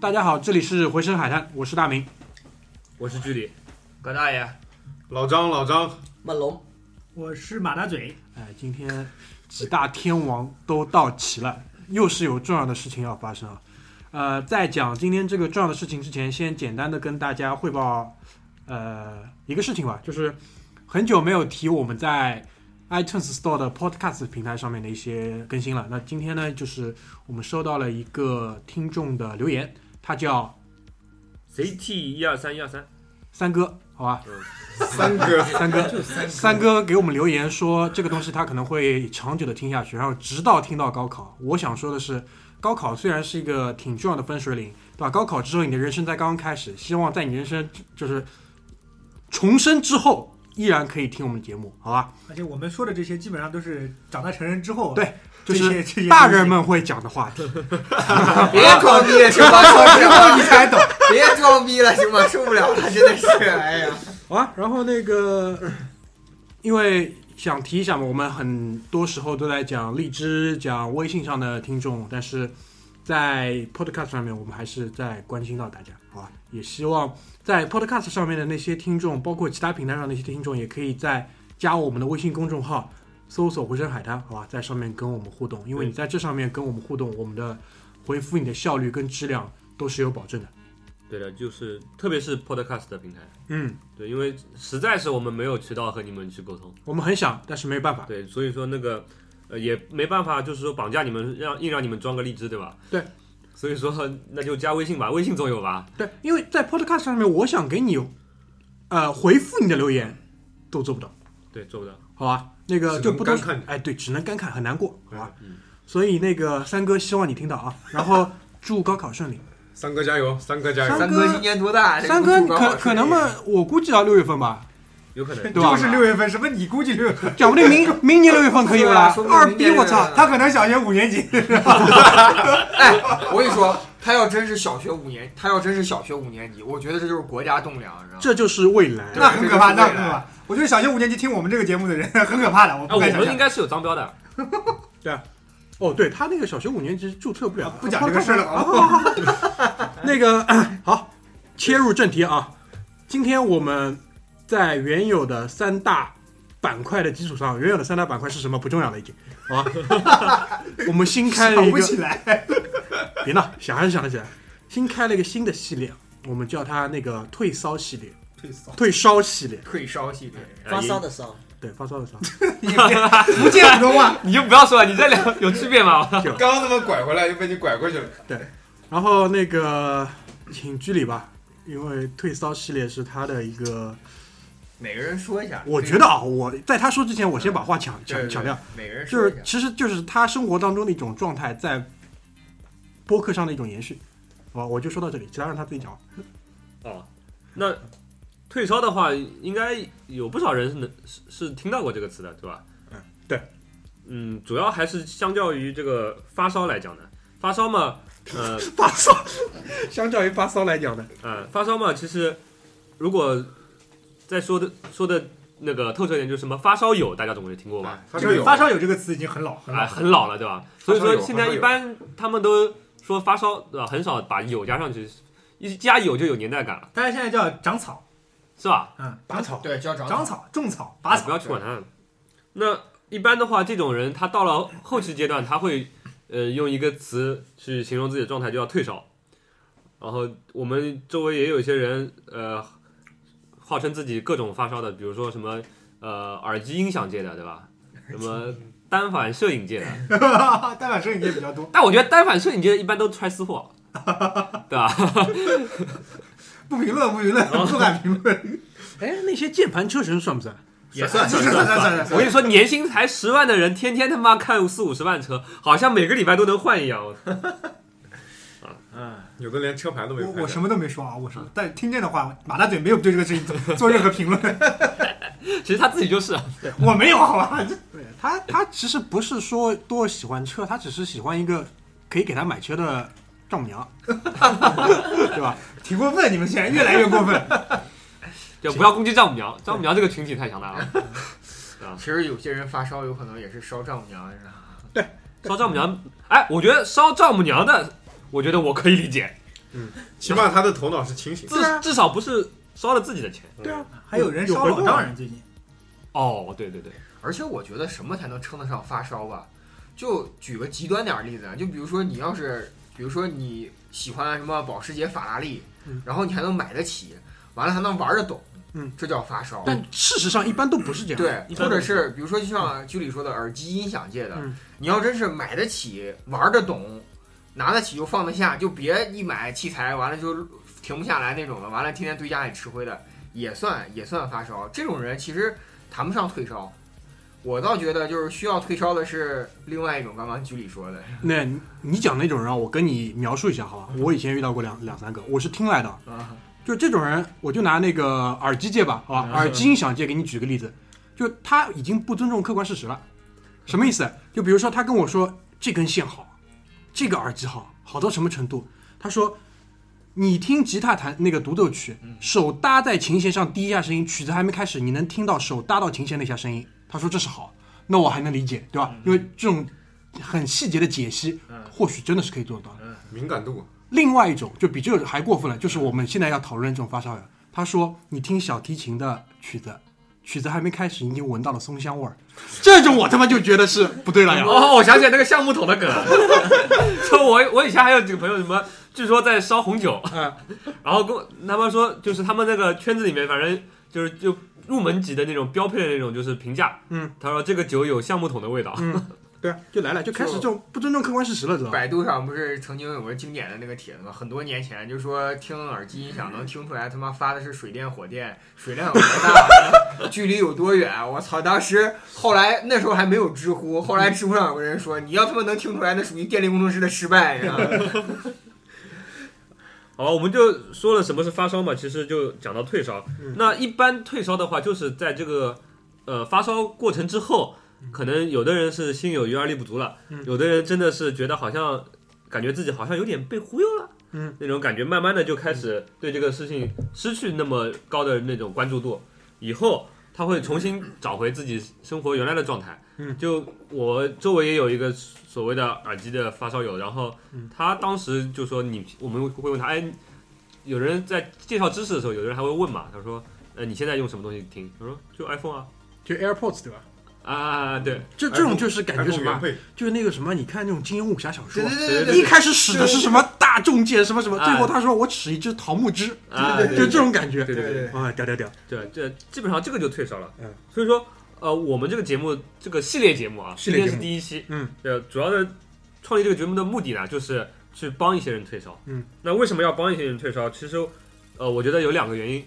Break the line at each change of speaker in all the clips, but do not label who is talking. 大家好，这里是回声海滩，我是大明。
我是居里，葛大爷，
老张，老张，
猛龙，
我是马大嘴，
哎，今天几大天王都到齐了，又是有重要的事情要发生啊。呃，在讲今天这个重要的事情之前，先简单的跟大家汇报，呃，一个事情吧，就是很久没有提我们在 iTunes Store 的 Podcast 平台上面的一些更新了。那今天呢，就是我们收到了一个听众的留言，他叫
谁 T 一二三一二三，
三哥，好吧，
三哥，
三哥，
就三
三哥给我们留言说，这个东西他可能会长久的听下去，然后直到听到高考。我想说的是，高考虽然是一个挺重要的分水岭，对吧？高考之后，你的人生才刚刚开始。希望在你人生就是重生之后，依然可以听我们节目，好吧？
而且我们说的这些基本上都是长大成人之后，
对就
这
是
些这些
大 人们会讲的话题。
别装逼了，行吗？之后你才懂，别装逼了，行吗？受不了了，真的是，哎呀，
好啊，然后那个， 因为想提一下嘛，我们很多时候都在讲荔枝、讲微信上的听众，但是在 Podcast 上面，我们还是在关心到大家，好吧？也希望在 Podcast 上面的那些听众，包括其他平台上的一些听众，也可以在加我们的微信公众号，搜索“回声海滩”，好吧，在上面跟我们互动，因为你在这上面跟我们互动，我们的回复你的效率跟质量都是有保证的。
对的，就是特别是 Podcast 的平台，
嗯，
对，因为实在是我们没有渠道和你们去沟通，
我们很想，但是没办法。
对，所以说那个呃也没办法，就是说绑架你们，让硬让你们装个荔枝，对吧？
对，
所以说那就加微信吧，微信总有吧？
对，因为在 Podcast 上面，我想给你，呃，回复你的留言，都做不到，
对，做不到，
好吧？那个
只
就
能
不多
干看
哎，对，只能干看，很难过，好吧？
嗯
所以那个三哥，希望你听到啊，然 后祝高考顺利。
三哥加油，三哥加油
三，
三哥今年多大？
三哥，可可能嘛，我估计要六月份吧，
有可能
对吧
就是六月份，什么你估计六月 份，
讲不定明 明年六月份可以不啦
说？不定
二
明
逼，
年
我操！
他可能小学五年级，
哎，我跟你说，他要真是小学五年，他要真是小学五年级，我觉得这就是国家栋梁，你知道吗？
这就是未来。
那很可怕，
对
那很可怕。我觉得小学五年级听我们这个节目的人 很可怕的，我
啊，
不
我
敢想
们应
象。
该是有商标的，
哦，对他那个小学五年级注册不了，
不讲这个事儿了啊！
那个好，切入正题啊，今天我们在原有的三大板块的基础上，原有的三大板块是什么不重要了已经，好吧？ 我们新开了
想
一
不
个，
起来，
别闹，想还是想得起来，新开了一个新的系列，我们叫它那个退烧系列、
退缩，
退烧系列，
退烧系列，
啊
发
也
骚的骚，
对，发烧的烧，
你不见普通话，
你就不要说了，你这俩有区别吗？
刚刚他妈拐回来又被你拐过去了，
然后那个请居里吧，因为退烧系列是他的一个，
每个人说一下。
我觉得啊，我在他说之前，我先把话抢
对
抢抢掉。，
对对每个人
就
说一
是
下。
其实就是他生活当中的一种状态，在播客上的一种延续。好吧，我就说到这里，其他让他自己讲。
啊，那退烧的话，应该有不少人是能是是听到过这个词的，对吧？
嗯，对。
嗯，主要还是相较于这个发烧来讲的，发烧嘛，呃
发骚， 相较于发骚来讲的，
呃，发烧嘛，其实如果再说的说的那个透彻一点，就是什么发烧友，大家总会听过吧？
发烧友，
发烧友这个词已经很老很
哎，
老。
很老了，对吧？所以
发烧
说
友
现
发
在
烧
一
友
般他们都说发烧，对吧？很少把友加上去，一加友就有年代感了，
大家现在叫长草，
是吧？
嗯，
拔草。
对，叫长
长草、种草、拔
哎不
草，
要去管他。那一般的话，这种人他到了后期阶段，他会呃用一个词去形容自己的状态，就叫退烧。然后我们周围也有一些人，呃，号称自己各种发烧的，比如说什么呃耳机音响界的，对吧？什么单反摄影界的，
单反摄影也比较多，
但我觉得单反摄影界一般都揣私货，对吧？
不评论，不评论，不敢评论。
哎，那些键盘车神算不算？
也算
算算算算
我跟你说，年薪才十万的人，天天他妈看四五十万车，好像每个礼拜都能换一样。我
有的连车牌都没有
我
拍
我什
上，
么都没说啊，我什么，但听见的话，马大嘴没有对这个事情做做任何评论，
其实他自己就是，啊
我没有，啊好吧？
对他，他其实不是说多喜欢车，他只是喜欢一个可以给他买车的丈母娘，对吧？
挺过分，你们现在越来越过分。
就不要攻击丈母娘，丈母娘这个群体太强大了。
其实有些人发烧，有可能也是烧丈母娘，你知道吗？
烧丈母娘，哎，我觉得烧丈母娘的，我觉得我可以理解。
起码他的头脑是清醒的。
至至少不是烧了自己的钱。
啊对啊，
还有人
有
烧
回
老
购
丈
啊
人最近，
哦，对对对，
而且我觉得什么才能称得上发烧吧？就举个极端点儿的例子，啊就比如说你要是，比如说你喜欢什么保时捷、法拉利，
嗯
然后你还能买得起，完了还能玩得懂，
嗯，
这叫发烧。
但事实上一般都不是这样。，
对，
一般
或
都
者
是
是比如说，就像居里说的，耳机音响界的，
嗯
你要真是买得起、玩得懂、拿得起又放得下，就别一买器材完了就停不下来那种的，完了天天堆家里吃灰的，也算也算发烧。这种人其实谈不上退烧。我倒觉得就是需要退烧的是另外一种，刚刚居里说的，
那你你讲那种人啊，我跟你描述一下好吧？我以前遇到过两两三个，我是听来的。
啊，
就这种人，我就拿那个耳机界吧，好吧，
嗯
耳机音响界给你举个例子，就他已经不尊重客观事实了，什么意思？就比如说他跟我说这根线好，这个耳机好，好到什么程度？他说你听吉他弹那个独奏曲，手搭在琴弦上第一下声音，曲子还没开始，你能听到手搭到琴弦那下声音，他说这是好，那我还能理解，对吧？因为这种很细节的解析，或许真的是可以做得到的。
敏感度，
另外一种就比这个还过分了，就是我们现在要讨论这种发烧友。他说：“你听小提琴的曲子，曲子还没开始，你已经闻到了松香味儿。”这种我他妈就觉得是不对了呀！
哦，我想起来那个橡木桶的梗， 说我我以前还有几个朋友什么，据说在烧红酒，
嗯
然后跟我他们说，就是他们那个圈子里面，反正就是就入门级的那种标配的那种，就是评价，
嗯，
他说这个酒有橡木桶的味道，
对啊，就来了，就开始
就
这种不尊重客观事实了，知道吧？
百度上不是曾经有个经典的那个帖子吗？很多年前就说听耳机音响能听出来他妈发的是水电火电，水量有多大，距离有多远。我操！当时后来那时候还没有知乎，后来知乎上有个人说，你要他妈能听出来，那属于电力工程师的失败。你知道吗
好，我们就说了什么是发烧嘛，其实就讲到退烧。
嗯
那一般退烧的话，就是在这个呃发烧过程之后，可能有的人是心有余而力不足了，
嗯
有的人真的是觉得好像感觉自己好像有点被忽悠了，
嗯，
那种感觉，慢慢的就开始对这个事情失去那么高的那种关注度，以后他会重新找回自己生活原来的状态。
嗯，
就我周围也有一个所谓的耳机的发烧友，然后他当时就说你，我们会问他，哎，有人在介绍知识的时候，有的人还会问嘛，他说，呃，你现在用什么东西听？他说就 iPhone 啊，
就 AirPods 对吧？
啊啊啊，对，
就这种就是感觉什么
原
啊，
配，
就是那个什么，你看那种金庸武侠小说
对，对
对
对
对
一
对，
开始使的是什么大众剑什么什么，
哎
最后他说我使一支桃木枝，
啊，
就
对对
这种感觉
对对对
啊，屌屌屌！
对，这基本上这个就退烧了。
嗯，
所以说，呃，我们这个节目这个系列节目啊，
系列节目
今天是第一期，
嗯，
呃，主要的创立这个节目的目的呢，就是去帮一些人退烧。
嗯，
那为什么要帮一些人退烧？其实，呃，我觉得有两个原因，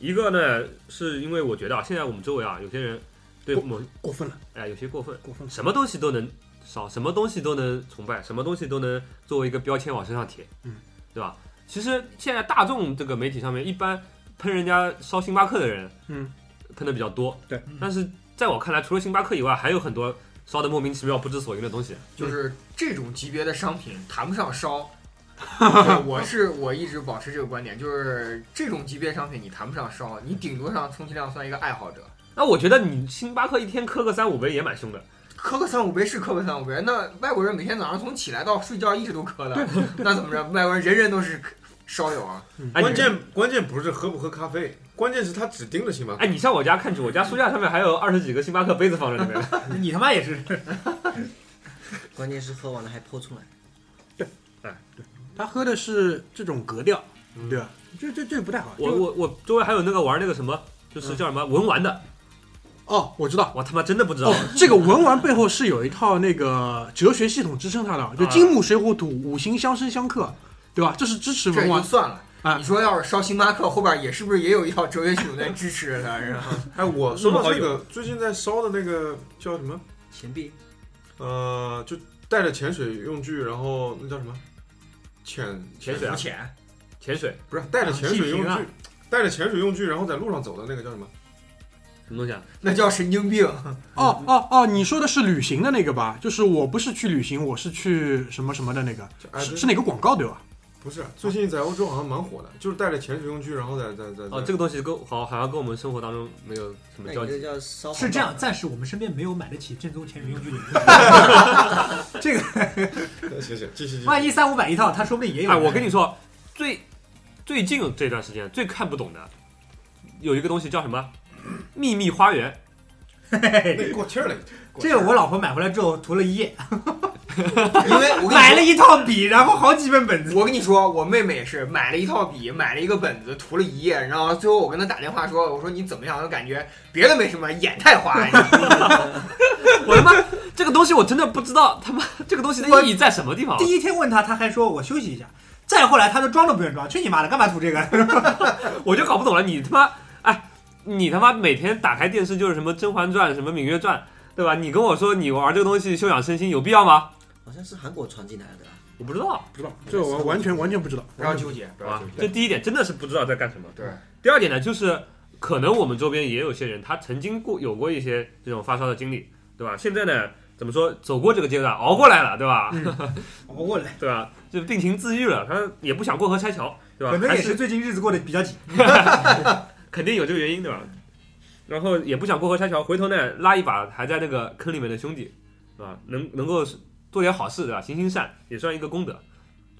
一个呢，是因为我觉得啊，现在我们周围啊，有些人对
不
某
过分了，
哎有些过分，
过分了！
什么东西都能烧，什么东西都能崇拜，什么东西都能作为一个标签往身上贴，
嗯，
对吧？其实现在大众这个媒体上面，一般喷人家烧星巴克的人，
嗯，
喷的比较多，
对。
但是在我看来，除了星巴克以外，还有很多烧的莫名其妙、不知所云的东西。
就是这种级别的商品谈不上烧。对我是我一直保持这个观点，就是这种级别商品你谈不上烧，你顶多上充其量算一个爱好者。
那我觉得你星巴克一天磕个三五杯也蛮凶的，
磕个三五杯是磕个三五杯，那外国人每天早上从起来到睡觉一直都磕的， 那怎么着？外国人人人都是烧友啊，
哎，
关
你
键关键不是喝不喝咖啡，关键是他只盯着星巴克。
哎，你上我家看去，我家书架上面还有二十几个星巴克杯子放在里面。
你他妈也是，
关键是喝完了还泼出来，
他喝的是这种格调，对吧？这这这不太好。
我
就
我我周围还有那个玩那个什么，就是叫什么文玩的，
哦，我知道。
我他妈真的不知道
哦。，这个文玩背后是有一套那个哲学系统支撑它的，
啊
就金木水火土五行相生相克，对吧？这是支持
这
文
也就
玩。
算了。
啊
你说要是烧星巴克，后边也是不是也有一套哲学系统在支持着他？是吧？
哎，我
说
说
不好
到这个，最近在烧的那个叫什么？
钱币
呃，就带着潜水用具，然后那叫什么？潜
潜水啊
浮，潜，
潜水
不是带着潜水用
啊
具，带着潜水用具，然后在路上走的那个叫什么？
什么东西啊？
那叫神经病。
哦哦哦，你说的是旅行的那个吧？就是我不是去旅行，我是去什么什么的那个，
就哎，
是
对
是哪个广告啊对吧？
不是，最近在欧洲好像蛮火的，就是带着潜水用具，然后在在在
哦，这个东西跟好好像跟我们生活当中没有什么
那
交
你这
集。
叫烧
是这样，
在
暂时我们身边没有买得起正宗潜水用具的人，
个行行，继续继续。
万一三五百一套，他说不定也有。
哎哎，我跟你说，最最近这段时间最看不懂的有一个东西叫什么 《秘密花园》。
那过气儿了已经。
哎这个我老婆买回来之后涂了一 夜，
因为我跟你
买
说
了一套笔，然后好几本本 子。
我跟你说，我妹妹也是买了一套笔，买了一个本子，涂了一夜，然后最后我跟她打电话说，我说你怎么样？我感觉别的没什么，眼太花了。
我他妈 这个东西我真的不知道他妈这个东西的意义在什么地方。
第一天问他，他还说我休息一下。再后来，他都装都不愿装，去你妈的，干嘛涂这 个？
我就搞不懂了，你他妈，哎，你他妈每天打开电视就是什么《甄嬛传》、什么《芈月传》，对吧？你跟我说你玩这个东西休养生心有必要吗？
好像是韩国传进来的吧，啊
我不知道，
不知道，这我完全完全不知道。
不要纠结，不
好
要
吧
纠结。？
这第一点真的是不知道在干什么。
对，
第二点呢，就是可能我们周边也有些人他曾经过有过一些这种发烧的经历，对吧？现在呢，怎么说走过这个阶段，熬过来了，对吧？
嗯熬过来，
对吧？就病情自愈了，他也不想过河拆桥，对吧？
可能
还
也是最近日子过得比较 紧。
肯定有这个原因，对吧？然后也不想过河拆桥，回头呢拉一把还在那个坑里面的兄弟，啊，能能够做点好事，对吧？行行善也算一个功德，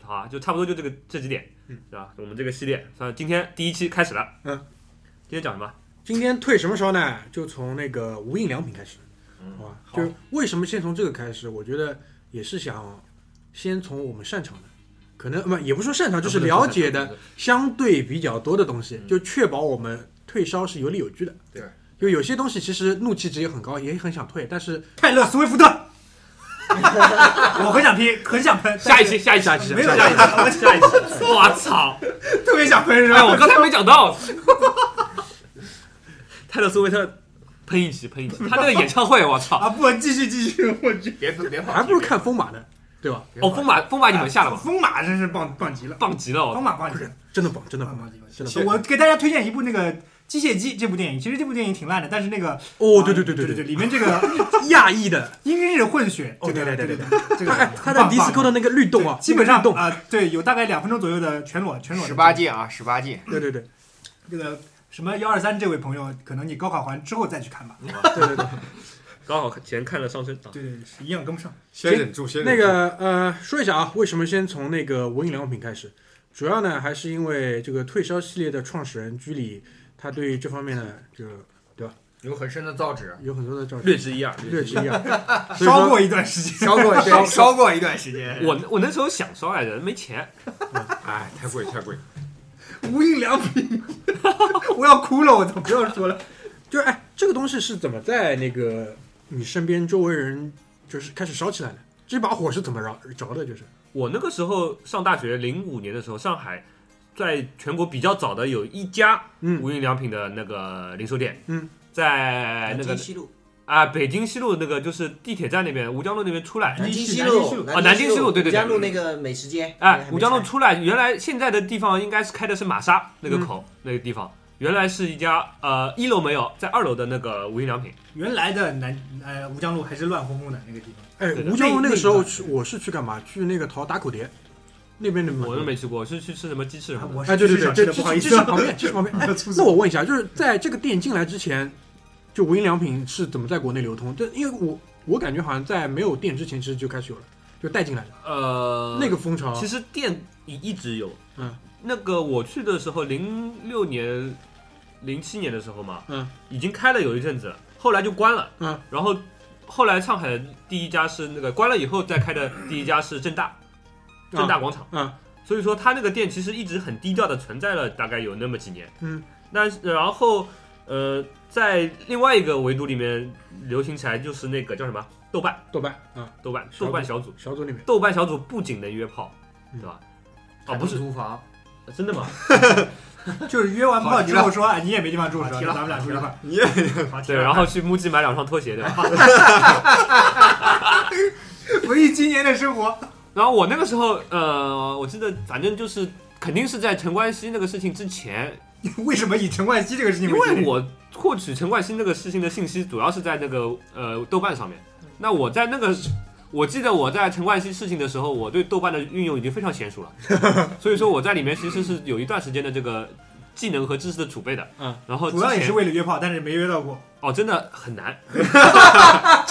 好啊，就差不多就这个这几点，是吧？我们这个系列算今天第一期开始了，
嗯，
今天讲什么？
今天退什么烧呢？就从那个无印良品开始，好吧？就为什么先从这个开始？我觉得也是想先从我们擅长的，可能不也不说擅长，就是了解的相对比较多的东西，就确保我们退烧是有理有据的。
对，
就有些东西其实怒气值也很高，也很想退，但是
泰勒·斯威夫特，我很想拼，很想喷，
下一期，下一期，
下一期
没有
下
下
一
一
期
期， 下一期，我操！
但是特别想喷，是
哎，
吧？
我刚才没讲到，泰勒·斯威特喷一期，喷一期，他那个演唱会，我操！
啊，不，继续继续，我去，
别别跑题，
还不如看疯马呢，对吧？
别
哦，
跑题
风马，风马，你们下了吗？
风马真是棒棒极了，
棒极了，我操！
风马棒极了，
真的棒，真的棒，
棒极了。
真的
谢
棒。
我给大家推荐一部那个《机械姬》这部电影，其实这部电影挺烂的，但是那个
哦，
啊
对对对
对
对，
里面这个
亚裔的，
英日混血，
哦
这个
对对
对
对
对，这个
他哎他的
很棒
disco 的那个律动啊，
基本上
律动，
啊，对，有大概两分钟左右的全裸全裸的
十八禁啊，十八禁。
对对 对
这个什么幺二三这位朋友，可能你高考完之后再去看吧，
对对对。
刚好前看了上升档，
对对，对营养跟不上。
先忍住，先忍
那
住
个呃，说一下啊，为什么先从那个无印良品开始？主要呢还是因为这个退烧系列的创始人居里，他对于这方面呢就
有很深的造纸，
有很多的照
略知一二，
略知一二， 所以
烧
说
过一段时间，
烧过对，烧过一段时间。
我我那时候想烧来着，没 钱，
哎，太贵太贵。
无印良品，我要哭了，我操！不要说了，
就哎，这个东西是怎么在那个你身边周围人就是开始烧起来的？这把火是怎么着着的？就是
我那个时候上大学，零五年的时候，上海在全国比较早的有一家
嗯
无印良品的那个零售店，
嗯，
在
南
那
京
个
西路，
啊北京西路那个就是地铁站那边，吴江路那边出来，
南京西
南京西
路
路
啊南京西路对对对
吴江路那个美食街，
哎吴江路
还没拆
出来，原来现在的地方应该是开的是玛莎那个
嗯
口那个地方，原来是一家呃一楼没有，在二楼的那个无印良品，
原来的南呃吴江路还是乱哄哄的那个地方，
哎，
对的
吴江路那个时候
那
去，我是去干嘛？去那个淘打口碟，那边的
嗯
买
我都没去过，我是去吃什么鸡翅什
啊
么的。
我
哎，
是
对对
去
对，
小
这这
吃的，不好意
这
思
是，旁边，这是 旁边。哎，那我问一下，就是在这个店进来之前，就无印良品是怎么在国内流通？就因为我我感觉好像在没有店之前，其实就开始有了，就带进来的
呃，
那个风潮。
其实店一一直有，
哦嗯，
那个我去的时候，零六年、零七年的时候嘛，
嗯，
已经开了有一阵子了，后来就关了，
嗯，
然后后来上海的第一家是那个关了以后再开的第一家是正大，正大广场，
啊嗯
所以说他那个店其实一直很低调的存在了，大概有那么几年，
嗯，
那然后呃，在另外一个维度里面流行起来就是那个叫什么豆瓣，
豆瓣啊，
豆瓣，
小组
豆瓣小组，
小组里面，
豆瓣小组不仅能约炮，
嗯
对吧？
还
啊，不
能
是
租房，
真的吗？
就是约完炮之后说啊，你也没地方住是吧？
好
那
提了
咱们俩住一块儿，
你也
好提
对，
了
然后去木屐买两双拖鞋，对吧？
回忆今年的生活，
然后我那个时候，呃，我记得反正就是肯定是在陈冠希那个事情之前，
为什么以陈冠希这个事情
因
为
为
我
我获取陈冠希那个事情的信息主要是在那个呃豆瓣上面。那我在那个，我记得我在陈冠希事情的时候，我对豆瓣的运用已经非常娴熟了，所以说我在里面其实是有一段时间的这个技能和知识的储备的。
嗯，
然后
主要也
之前
是为了约炮，但是没约到过。
哦，真的很难。
这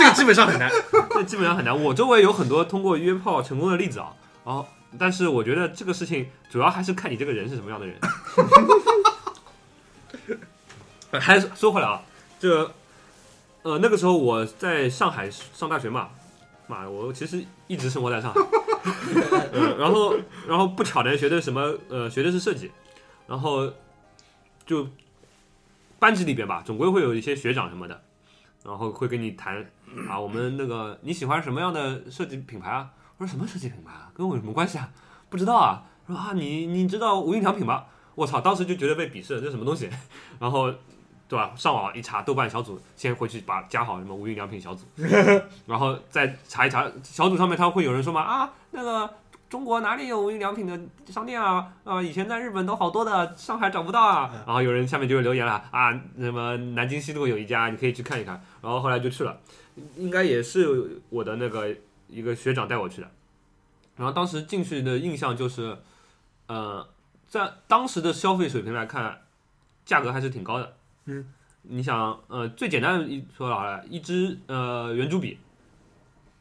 个基本上很难。
这基本上很难。我周围有很多通过约炮成功的例子啊，然后但是我觉得这个事情主要还是看你这个人是什么样的人。 还是说回来啊，这呃那个时候我在上海上大学嘛，妈的，我其实一直生活在上海。 嗯然后然后不巧的学的什么呃学的是设计，然后就班级里边吧，总归会有一些学长什么的，然后会跟你谈啊，我们那个你喜欢什么样的设计品牌啊？我说什么设计品牌啊？跟我有什么关系啊？不知道啊。说啊，你你知道无印良品吗？我操，当时就觉得被鄙视了，这是什么东西？ 然后对吧？上网一查豆瓣小组，先回去把加好什么无印良品小组， 然后再查一查小组上面，他会有人说嘛啊，那个中国哪里有无印良品的商店啊？啊、以前在日本都好多的，上海找不到啊。然后有人下面就会留言了啊，什么南京西路有一家，你可以去看一看。然后后来就去了，应该也是我的那个一个学长带我去的。然后当时进去的印象就是，呃，在当时的消费水平来看，价格还是挺高的。
嗯，
你想，呃，最简单的一说好了，一支呃圆珠笔，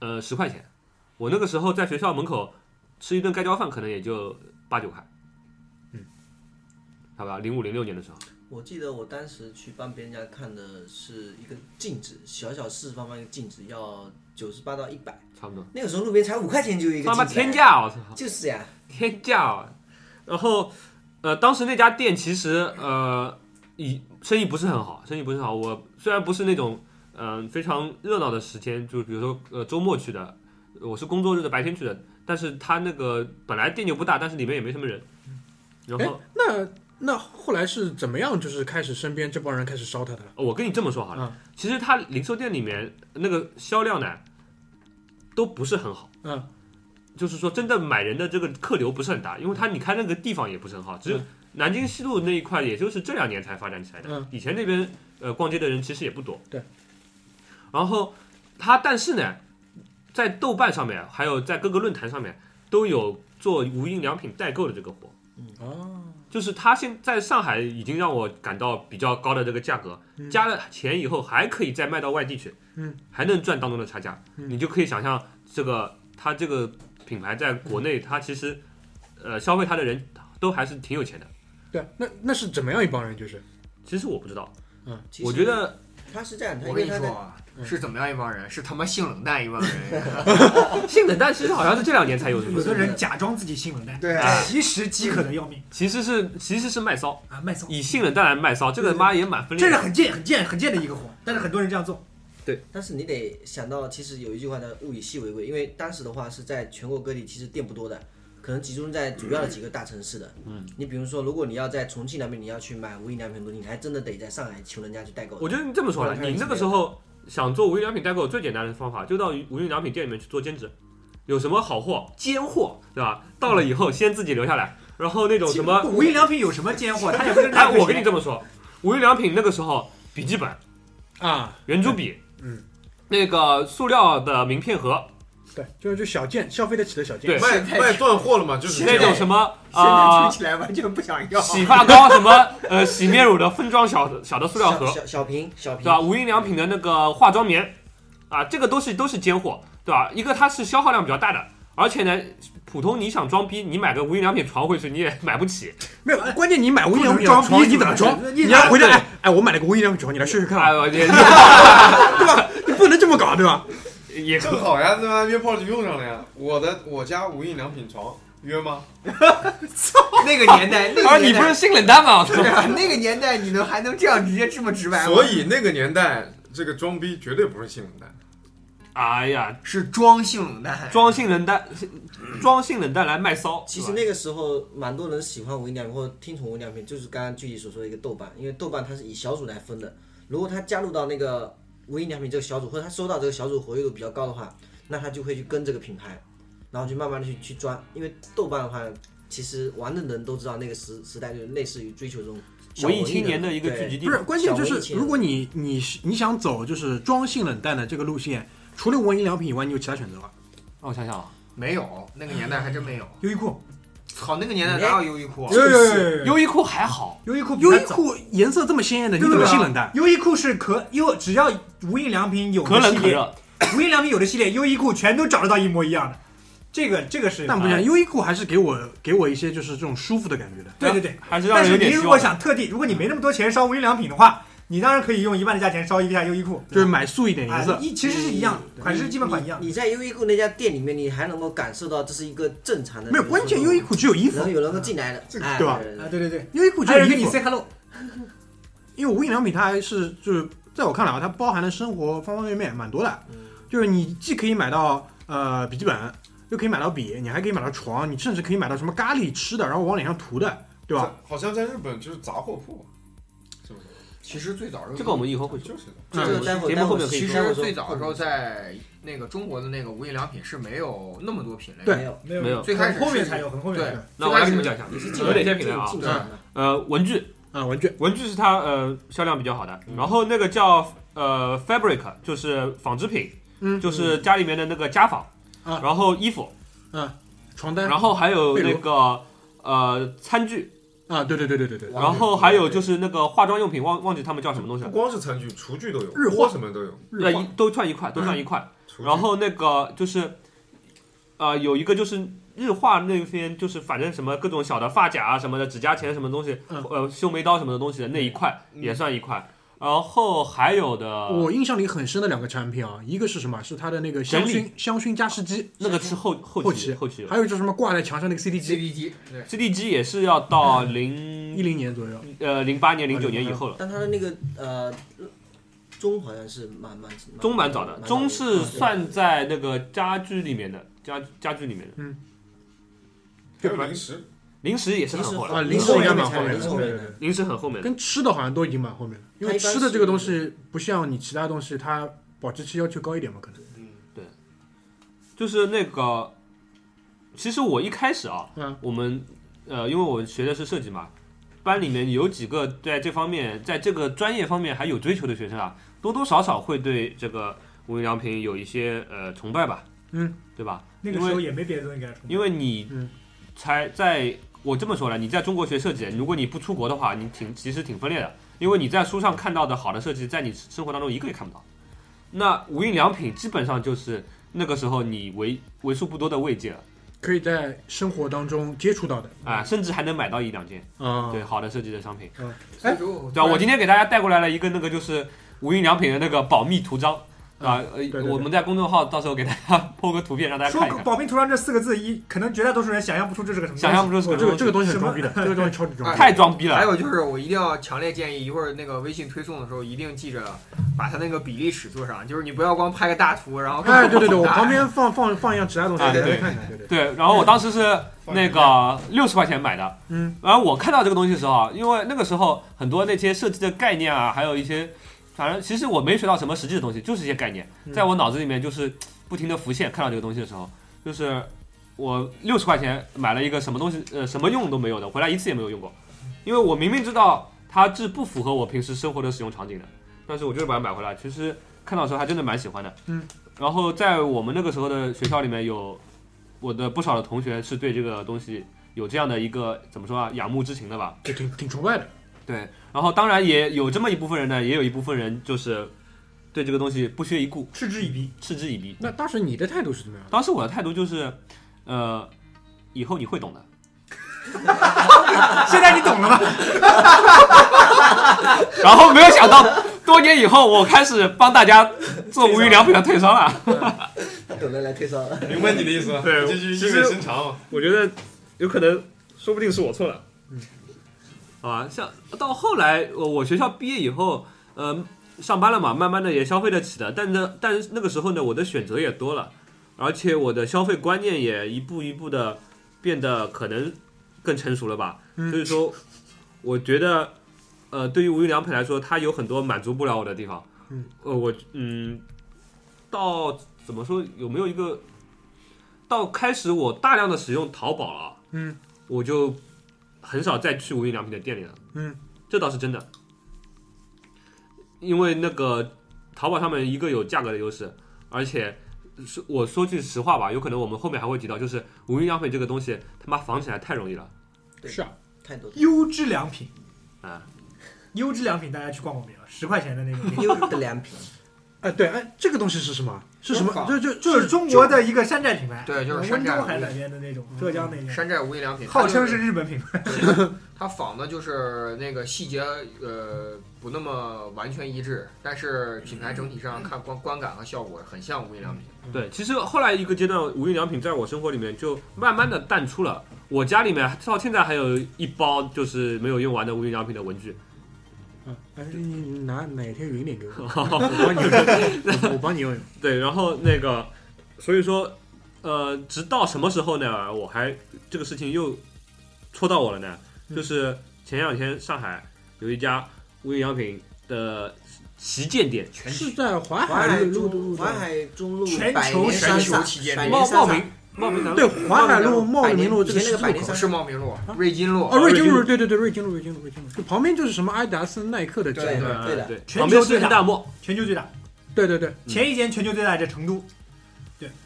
呃十块钱。我那个时候在学校门口吃一顿盖浇饭，可能也就八九块。嗯，好吧，零五零六年的时候，
我记得我当时去帮别人家看的是一个镜子，小小四方方一个镜子，要九十八到一百。
差不多。
那个时候路边才五块钱就有一个
他妈
镜子，啊
天！价，我操！
就是呀，
天价、啊！然后，呃，当时那家店其实呃，以生意不是很好，生意不是很好。我虽然不是那种嗯、呃非常热闹的时间，就比如说呃周末去的，我是工作日的白天去的，但是他那个本来店就不大，但是里面也没什么人。然后
那那后来是怎么样？就是开始身边这帮人开始烧他的了。
我跟你这么说好了，
嗯
其实它零售店里面那个销量呢，都不是很好。
嗯，
就是说真的买人的这个客流不是很大，因为它你看那个地方也不是很好，只有南京西路那一块，也就是这两年才发展起来的。
嗯
以前那边呃逛街的人其实也不多。
对。
然后它但是呢，在豆瓣上面还有在各个论坛上面都有做无印良品代购的这个活。
哦，
就是它现在上海已经让我感到比较高的这个价格，加了钱以后还可以再卖到外地去，
嗯，
还能赚当中的差价，
嗯
你就可以想象这个它这个品牌在国内，它其实呃消费它的人都还是挺有钱的。
对啊，那那是怎么样一帮人？就是
其实我不知道，
其实
我觉得
他是这样，他
我跟
因为
你
他
说
在
啊，是怎么样一帮人？是他妈性冷淡一帮人，
性冷淡其实好像是这两年才有什么
有，的人假装自己性冷淡，
对
啊
其实饥渴的要命
其实是其实是卖骚，
啊，卖骚，
以性冷淡来卖骚，这个妈也蛮分裂
这是
的。
很贱、很贱、很贱的一个活，但是很多人这样做。
但是你得想到，其实有一句话叫“物以稀为贵”，因为当时的话是在全国各地，其实店不多的，可能集中在主要的几个大城市的。嗯，你比如说，如果你要在重庆那边你要去买无印良品的东西，你还真的得在上海求人家去代购。
我觉得你这么说了，你那个时候想做无印良品代购，最简单的方法就到无印良品店里面去做兼职，有什么好货尖货，对吧？到了以后先自己留下来，然后那种什么，
无印良品有什么贱 货？他也不是拿
哎，
个
我跟你
钱
这么说，无印良品那个时候笔记本、
啊，
圆珠笔，
嗯，
那个塑料的名片盒，
对，就是就小件，消费得起的小件。
对
卖
现在
卖断货了嘛，就是
那
这
种
样
什么
现在
啊
听。起来完全不想要。
洗发膏什么，呃，洗面乳的分装小小的塑料盒
小，小小瓶小
对啊吧？
瓶
无印良品的那个化妆棉，啊，这个都是都是尖货，对吧？一个它是消耗量比较大的，而且呢，普通你想装逼，你买个无印良品床回去你也买不起，
没有，关键你买无印良品
装
的
逼
床，
是
你
不
怎
是
么哎装？
你
你要回家，
对
哎哎，我买了个无印良品床，你来试试看
哎
啊，
呦，也
对吧？你不能这么搞，对吧？
也
正好呀，那约炮就用上了呀。我的我家无印良品床约吗？
那个年代，那
而
个
你
年
不
代
是，性冷淡吗？我操
对啊， 那个年代你能还能这样直接这么直白吗？
所以那个年代，这个装逼绝对不是性冷淡。
哎呀，
是装性冷淡。
装性冷淡，装性冷淡来卖骚，
嗯其
是
实
吧
那个时候，蛮多人喜欢无印良品或者听从无印良品，就是刚刚具体所说的一个豆瓣，因为豆瓣它是以小组来分的。如果他加入到那个无印良品这个小组，或者他收到这个小组活跃度比较高的话，那他就会去跟这个品牌，然后去慢慢的去去抓。因为豆瓣的话，其实玩的人都知道，那个时时代就是类似于追求这种小
文艺
文
青年的一个聚
对
集地
不是，，关键就
小文艺
是
青
如果你你是你想走就是装性冷淡的这个路线，除了无印良品以外，你有其他选择吗？
让我想想啊，
没有，那个年代还真没有。
优衣库，
操，那个年代哪有优衣库？啊
有有有有有，
优衣库还好，
优衣库比
优
它
衣
早
库颜色这么鲜艳的，你
对
怎
对
么
对
性冷淡？
优衣库是可优，只要无印良品有
可
的
冷
系
可
列，
热，
无印良品有的系列，优衣库全都找得到一模一样的。这个这个是
但不一样，优衣库还是给我给我一些就是这种舒服的感觉的。
对对对。
还是让
但
人有
是你
点
如
希
果
望。
想特地，如果你没那么多钱烧无印良品的话，你当然可以用一半的价钱烧一下优衣库，
就是
吧
买素一点颜
哎
色，
一其实是一样，
你
款式基本款一样。
你你在优衣库那家店里面，你还能够感受到这是一个正常的。
没有关键，优衣库只有衣服，
能有人够进来的，
这个
哎
对吧
啊，对对对，
优衣库只
还有
有
人跟
衣
你
服，
say hello，
因为无印良品它还是就是在我看来啊，它包含了生活方方面面蛮多的，
嗯
就是你既可以买到呃笔记本，又可以买到笔，你还可以买到床，你甚至可以买到什么咖喱吃的，然后往脸上涂的，对吧？
在？好像在日本就是杂货铺，是不是？
其实最早
这个我们以后会说。
就是
这个待会
节目
儿待
后
会
面
儿
可以
其
其
说
实
实
最早的时候，在那个中国的那个无印良品是没有那么多品类的，
没有，
没
没有
最开始是
后面才有，很后面才有
对。
那我来给你们讲一下
你是进
有哪些品类啊？
进场的，
呃，文具，
啊，文具，
文具是它呃销量比较好的。
嗯
然后那个叫呃 fabric，就是纺织品，
嗯
就是家里面的那个家纺。
嗯
啊
然后衣服，
床单
然后还有
被褥
那个呃餐具，
啊，对对对对对对，
然后还有就是那个化妆用品，忘忘记他们叫什么东西
不
了，
光是餐具，厨具都有，
日化
锅什么都有。
对，一都算一块，都算一块。
厨具
然后那个就是，呃，有一个就是日化那边，就是反正什么各种小的发夹啊什么的，指甲钳什么东西，
嗯
呃，修眉刀什么的东西的那一块
嗯
也算一块。然后还有的
我印象里很深的两个产品啊，一个是什么？是它的那个香
整
薰香薰加湿机，
那个是后后
后
期
期
后期有
还有就是什么挂在墙上那个 CD 机，
CBD 机，对，
，CD 机也是要到
一
零
零年左右。
呃零八年零九年嗯以后了。
但它的那个呃钟好像是蛮蛮蛮
中蛮早的，嗯
蛮
中是算
对
在那个家居里面的家家居里面的，
还有零 食，
零食也是很后来
啊，
的，
零食
食
应该
零
蛮
食
后面
零食后面
的，
零食很后面的。
跟吃的好像都已经蛮后面了，因为吃的这个东西不像你其他东西，它保质期要求高一点嘛，可能。
就是那个，其实我一开始啊，
嗯
我们呃，因为我学的是设计嘛，班里面有几个在这方面，在这个专业方面还有追求的学生啊，多多少少会对这个无印良品有一些呃崇拜吧，
嗯，
对吧？
那个时候也没别的东西给他充。
因为你
嗯
才在我这么说了，你在中国学设计，如果你不出国的话，你挺其实挺分裂的，因为你在书上看到的好的设计，在你生活当中一个也看不到。那无印良品基本上就是那个时候你为为数不多的慰藉了。
可以在生活当中接触到的
啊，甚至还能买到一两件
啊，
对好的设计的商品，
所以说
对吧？啊我今天给大家带过来了一个那个就是无印良品的那个保密图章啊，呃
对对，对
我们在公众号到时候给大家 po 个图片让大家
说
看一看，
保命图章这四个字，一可能绝大多数人想象不出这是个什么东西。
想象不出
哦这个这
这个
个东西很装逼的，这个东西超级装逼。
太装逼
还
了，
有就是，我一定要强烈建议，一会儿那个微信推送的时候，一定记着把它那个比例尺做上，就是你不要光拍个大图，然后
哎，对对 对，我旁边放放放一样其他东西，大家看看，对对。
对。然后我当时是那个六十块钱买的，
嗯，
然后我看到这个东西的时候啊，因为那个时候很多那些设计的概念啊，还有一些，反正其实我没学到什么实际的东西，就是一些概念，
嗯
在我脑子里面就是不停的浮现。看到这个东西的时候，就是我六十块钱买了一个什么东西，呃，什么用都没有的，回来一次也没有用过，因为我明明知道它是不符合我平时生活的使用场景的，但是我就是把它买回来。其实看到的时候还真的蛮喜欢的，
嗯。
然后在我们那个时候的学校里面有我的不少的同学是对这个东西有这样的一个怎么说啊仰慕之情的吧？
就挺挺崇拜的，
对，然后当然也有这么一部分人呢，也有一部分人就是对这个东西不屑一顾，
嗤之以鼻。
嗤之以鼻。
那当时你的态度是怎么样的？
当时我的态度就是，呃，以后你会懂的。
现在你懂了吗？
然后没有想到，多年以后我开始帮大家做无印良品的退烧了。
他懂得来推销了。
明白你的意思吗？
对
继续
其
意
实
味深长嘛。
我觉得有可能，说不定是我错了。嗯，啊，像到后来我我学校毕业以后，呃，上班了嘛，慢慢的也消费得起的，但呢，但是那个时候呢，我的选择也多了，而且我的消费观念也一步一步的变得可能更成熟了吧。
嗯
所以说，我觉得，呃，对于无印良品来说，它有很多满足不了我的地方。
嗯，
呃，我嗯，到怎么说有没有一个，到开始我大量的使用淘宝了，
嗯，
我就很少再去无印良品的店里了。
嗯，
这倒是真的，因为那个淘宝上面一个有价格的优势，而且。是我说句实话吧，有可能我们后面还会提到，就是无印良品这个东西，他妈仿起来太容易了。
对
是啊，
太多了
优质良品
啊，
优 质良品大家去逛过没有？十块钱的那种店，
优质的良品，
哎对，哎，这个东西是什么？是什么？就就
就是中国的一个山寨品牌，
对就是山
温州
寨
还是哪边的那种，浙江那边，
嗯山寨无印良品，
号
它就
称是日本品牌。
它仿的就是那个细节，呃，不那么完全一致，但是品牌整体上看观观感和效果很像无印良品。
嗯
对，其实后来一个阶段，无印良品在我生活里面就慢慢的淡出了。我家里面到现在还有一包就是没有用完的无印良品的文具，
嗯，哎，你拿哪天匀点给我， 我帮你用，我帮你用 用。
对，然后那个，所以说，呃，直到什么时候呢？我还这个事情又戳到我了呢，就是前两天上海有一家无印良品的旗舰店，
全
是
球
在淮
淮
海
海
路
中
路
淮海中路
全
百
球
年
全
山
球
上
旗舰
百
店
年
茂
山
茂
上
名茂名堂
对淮海路茂
百
名
年
路这个
以
十
前那
字
个百
路
年
口
不
山
是茂名路，瑞金路
哦，，瑞金
瑞
路，对对对，瑞金路，瑞金路，瑞金路，就旁边就是什么埃达斯、耐克的
对
店，
呃
对的
对，
全
旁边
球最
是
大
大漠
全球最大，
对对对。
嗯
前一间全球最大在成都，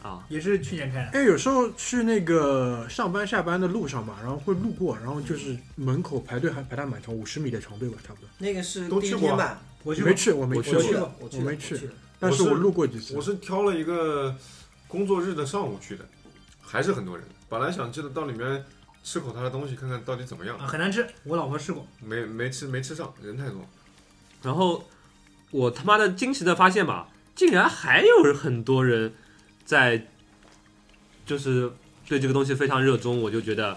啊，
也是去年开的。
哎，有时候去那个上班下班的路上嘛，然后会路过，然后就是门口排队还排到蛮长，五十米的长队吧，差不多。
那个是
都
第一
去
天
过
吧？
我去
没
过，
去，我没
我
去
去
过
去，了，我
我
去了，
没
我
去
了。
但是
我
我
是
路过几次
我。是挑了一个工作日的上午去的，还是很多人。本来想记得到里面吃口他的东西，看看到底怎么样，
啊，很难吃，我老婆试过。
没没吃没吃上，人太多。
然后我他妈的惊奇的发现吧，竟然还有很多人在，就是对这个东西非常热衷，我就觉得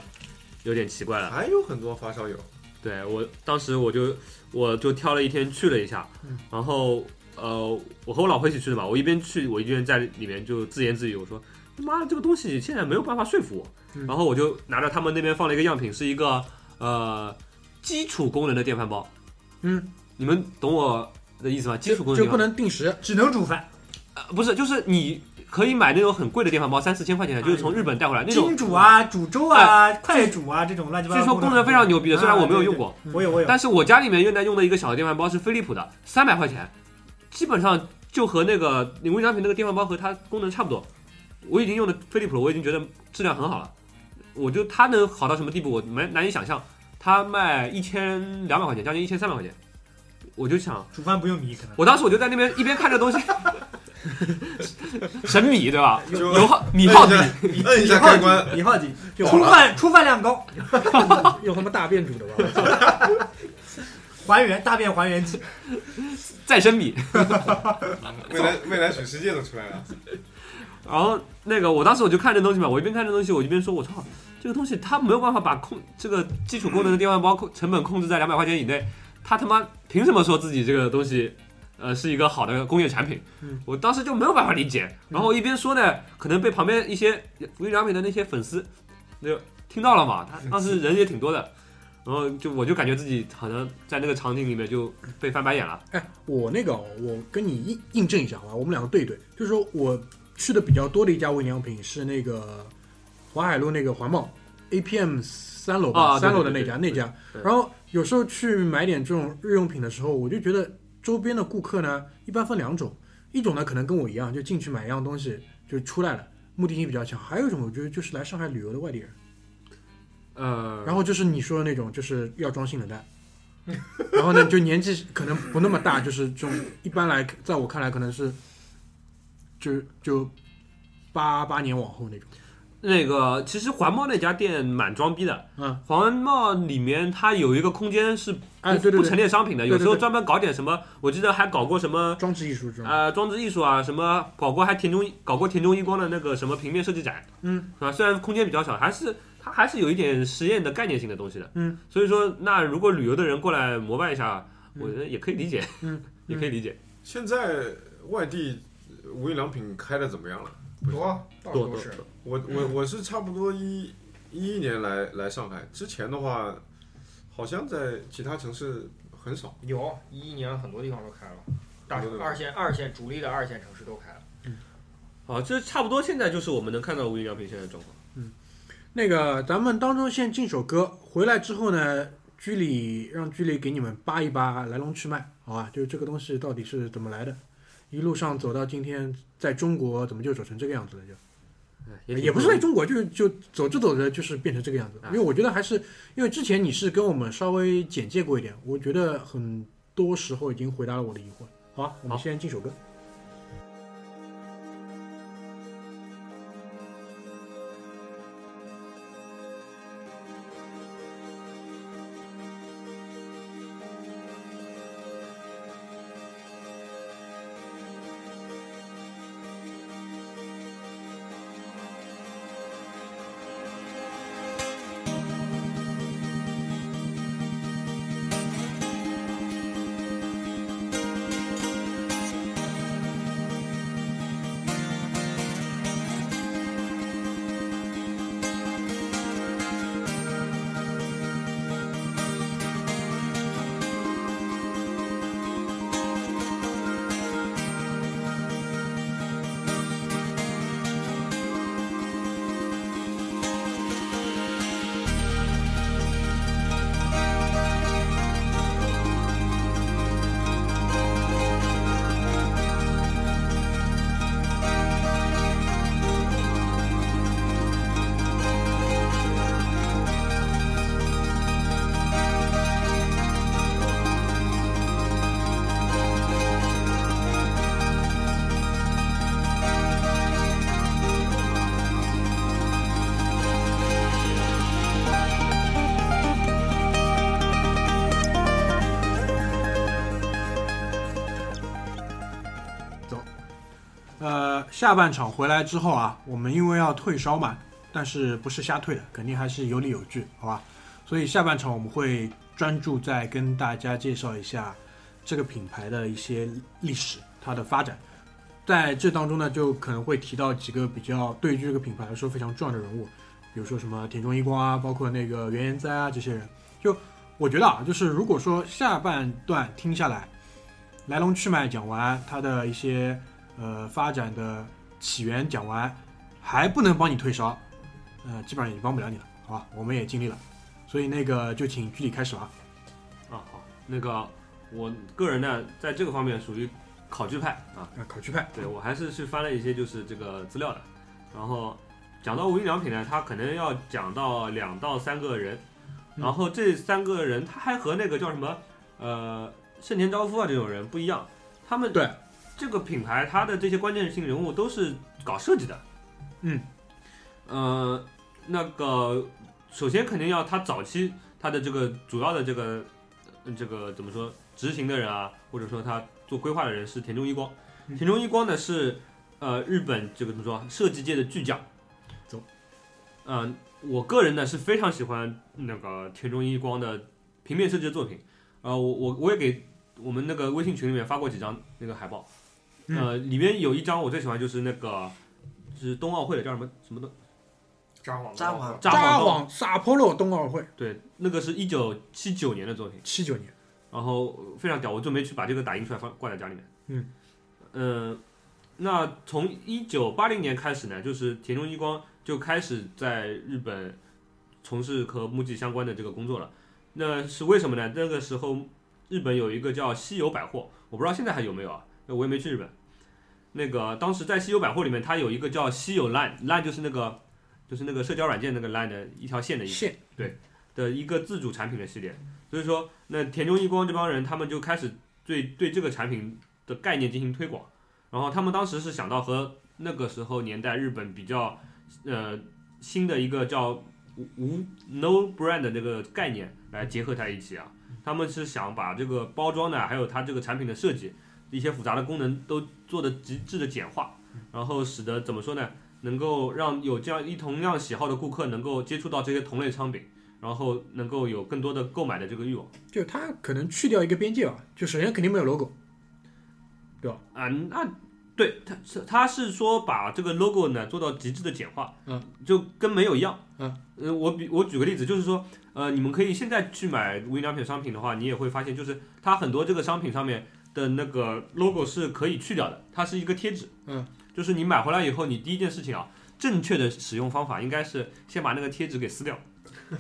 有点奇怪了。
还有很多发烧友，
对我当时我就我就挑了一天去了一下，
嗯
然后呃，我和我老婆一起去的嘛，我一边去我一边在里面就自言自语，我说他妈的这个东西现在没有办法说服我，
嗯
然后我就拿着他们那边放了一个样品，是一个呃基础功能的电饭煲，
嗯，
你们懂我的意思吗？基础功能
就不
电饭煲、
能定时，
只能煮饭，
呃、不是就是你可以买那种很贵的电饭煲，三四千块钱的，就是从日本带回来那种
金，煮啊、煮粥啊、快煮啊这种乱七八糟。
据说功能非常牛逼的，虽然我没有用过。
啊，对对我有我 有。
但是我家里面现在用的一个小的电饭煲是飞利浦的，三百块钱，基本上就和那个你无印良品那个电饭煲和它功能差不多。我已经用的飞利浦了，我已经觉得质量很好了。我就它能好到什么地步，我蛮难以想象。它卖一千两百块钱，将近一千三百块钱，我就想，
煮饭不用米，可能
我当时我就在那边一边看这东西， 神米对吧？
就
油耗米耗低，
摁一下开关，
一号机
就
出饭出饭量高，
用他妈大便煮的吧？
还原大便还原器。
再生米。
未来未来水世界都出来了。
然后那个，我当时我就看这东西嘛，我一边看这东西，我一边说，我操，这个东西它没有办法把控这个基础功能的电饭煲控成本控制在两百块钱以内，它他妈凭什么说自己这个东西，呃，是一个好的工业产品？
嗯
我当时就没有办法理解。然后我一边说呢，可能被旁边一些无印良品的那些粉丝，那个听到了嘛，他当时人也挺多的，然后就我就感觉自己好像在那个场景里面就被翻白眼了。
哎，我那个哦，我跟你印印证一下好吧，我们两个对一对，就是说我去的比较多的一家无印良品是那个淮海路那个环贸 APM 三楼吧，
啊对
三
对
楼的
对
那
对
家
对
那家
对。
然后有时候去买点这种日用品的时候，我就觉得周边的顾客呢，一般分两种，一种呢可能跟我一样，就进去买一样东西就出来了，目的性比较强；还有一种我觉得就是来上海旅游的外地人。
呃，
然后就是你说的那种，就是要装性冷淡。然后呢，就年纪可能不那么大，就是这种一般来，在我看来可能是就就八八年往后那种。
那个其实环贸那家店蛮装逼的，
嗯，
环贸里面它有一个空间是不、
哎，对对
不陈
对，
列商品的，
对
有时候
对对嗯
专门搞点什么，我记得还搞过什么
装置艺术这种。
呃装置艺术啊，什么搞过还田中搞过田中一光的那个什么平面设计展，
嗯，
啊，虽然空间比较小，还是它还是有一点实验的概念性的东西的，
嗯，
所以说那如果旅游的人过来膜拜一下，
嗯
我觉得也可以理解，
嗯，
也可以理解，
现在外地呃无印良品开的怎么样了？
多嗯到
多
处
多
都是。
我我我是差不多一一一年来来上海，之前的话，好像在其他城市很少。
有一一年很多地方都开了，大
对对
城
对
二线二线主力的二线城市都开了。
好，这差不多现在就是我们能看到无印良品现在的状况。
那个，咱们当中先进首歌，回来之后呢，居里让居里给你们扒一扒来龙去脉，好吧？就是这个东西到底是怎么来的，一路上走到今天，在中国怎么就走成这个样子了就？
哎挺
也不是在中国，就就走着走着就是变成这个样子。
啊
因为我觉得还是因为之前你是跟我们稍微简介过一点，我觉得很多时候已经回答了我的疑惑。好，我们
好
先进首歌。个呃下半场回来之后啊，我们因为要退烧嘛，但是不是瞎退的，肯定还是有理有据，好吧？所以下半场我们会专注在跟大家介绍一下这个品牌的一些历史，它的发展。在这当中呢，就可能会提到几个比较对于这个品牌来说非常重要的人物，比如说什么田中一光啊，包括那个原研哉啊这些人。就我觉得啊，就是如果说下半段听下来，来龙去脉讲完，它的一些呃发展的起源讲完，还不能帮你退烧，呃，基本上也帮不了你了，好吧？我们也尽力了，所以那个就请具体开始吧。
啊，好，那个我个人呢，在这个方面属于考据派啊，
啊，考据派，
对我还是去翻了一些就是这个资料的。然后讲到无印良品呢，它可能要讲到两到三个人，
嗯
然后这三个人他还和那个叫什么呃盛田昭夫啊这种人不一样，他们
对
这个品牌它的这些关键性人物都是搞设计的，
嗯，
呃，那个首先肯定要他早期他的这个主要的这个呃这个怎么说执行的人啊，或者说他做规划的人是田中一光，
嗯
田中一光呢是呃日本这个怎么说啊设计界的巨匠，
走，
嗯、我个人呢是非常喜欢那个田中一光的平面设计的作品，呃，我我我也给我们那个微信群里面发过几张那个海报，
嗯
呃，里面有一张我最喜欢就是那个就是冬奥会的叫什么什么的
札幌，
札
啊
幌
札幌冬
札幌冬奥会
对，那个是一九七九年的作品，
七九年，
然后呃非常屌，我就没去把这个打印出来放挂在家里面。
嗯，
呃，那从一九八零年开始呢，就是田中一光就开始在日本从事和木屐相关的这个工作了。那是为什么呢？那个时候日本有一个叫西友百货，我不知道现在还有没有啊，那我也没去日本。那个当时在西友百货里面，它有一个叫西友 Line，Line 就是那个就是那个社交软件那个 Line 的一条线的意思。
线
的一个自主产品的系列。所以说，那田中一光这帮人，他们就开始对对这个产品的概念进行推广。然后他们当时是想到和那个时候年代日本比较，呃，新的一个叫无无 no brand 的这个概念来结合在一起啊。他们是想把这个包装呢，还有它这个产品的设计，一些复杂的功能都做的极致的简化，然后使得怎么说呢，能够让有这样一同样喜好的顾客能够接触到这些同类商品。然后能够有更多的购买的这个欲望
就它可能去掉一个边界吧，就首先肯定没有 logo，
啊。那对他是他是说把这个 logo 呢做到极致的简化，
嗯，
就跟没有一样，
嗯
呃我比我举个例子，就是说，呃，你们可以现在去买无印良品商品的话，你也会发现，就是它很多这个商品上面的那个 logo 是可以去掉的，它是一个贴纸，
嗯，
就是你买回来以后，你第一件事情啊，正确的使用方法应该是先把那个贴纸给撕掉。
嗯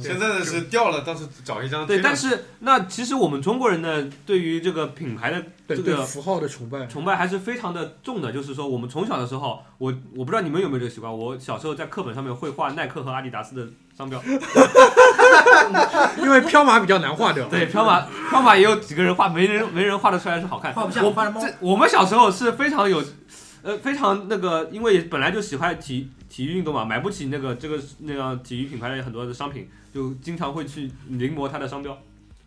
现在的是掉嗯了，但是找一张贴
对，
上
但是那其实我们中国人呢，对于这个品牌的
对
这个
对符号的崇拜，
崇拜还是非常的重的。就是说，我们从小的时候，我我不知道你们有没有这个习惯，我小时候在课本上面会画耐克和阿迪达斯的商标。
因为飘马比较难画掉，
对， 飘马飘马也有几个人画，没人没人画得出来是好看。
画不像
我
画成猫
这我们小时候是非常有，呃，非常那个，因为本来就喜欢体体育运动嘛，买不起那个这个那样体育品牌的很多的商品，就经常会去临摹它的商标，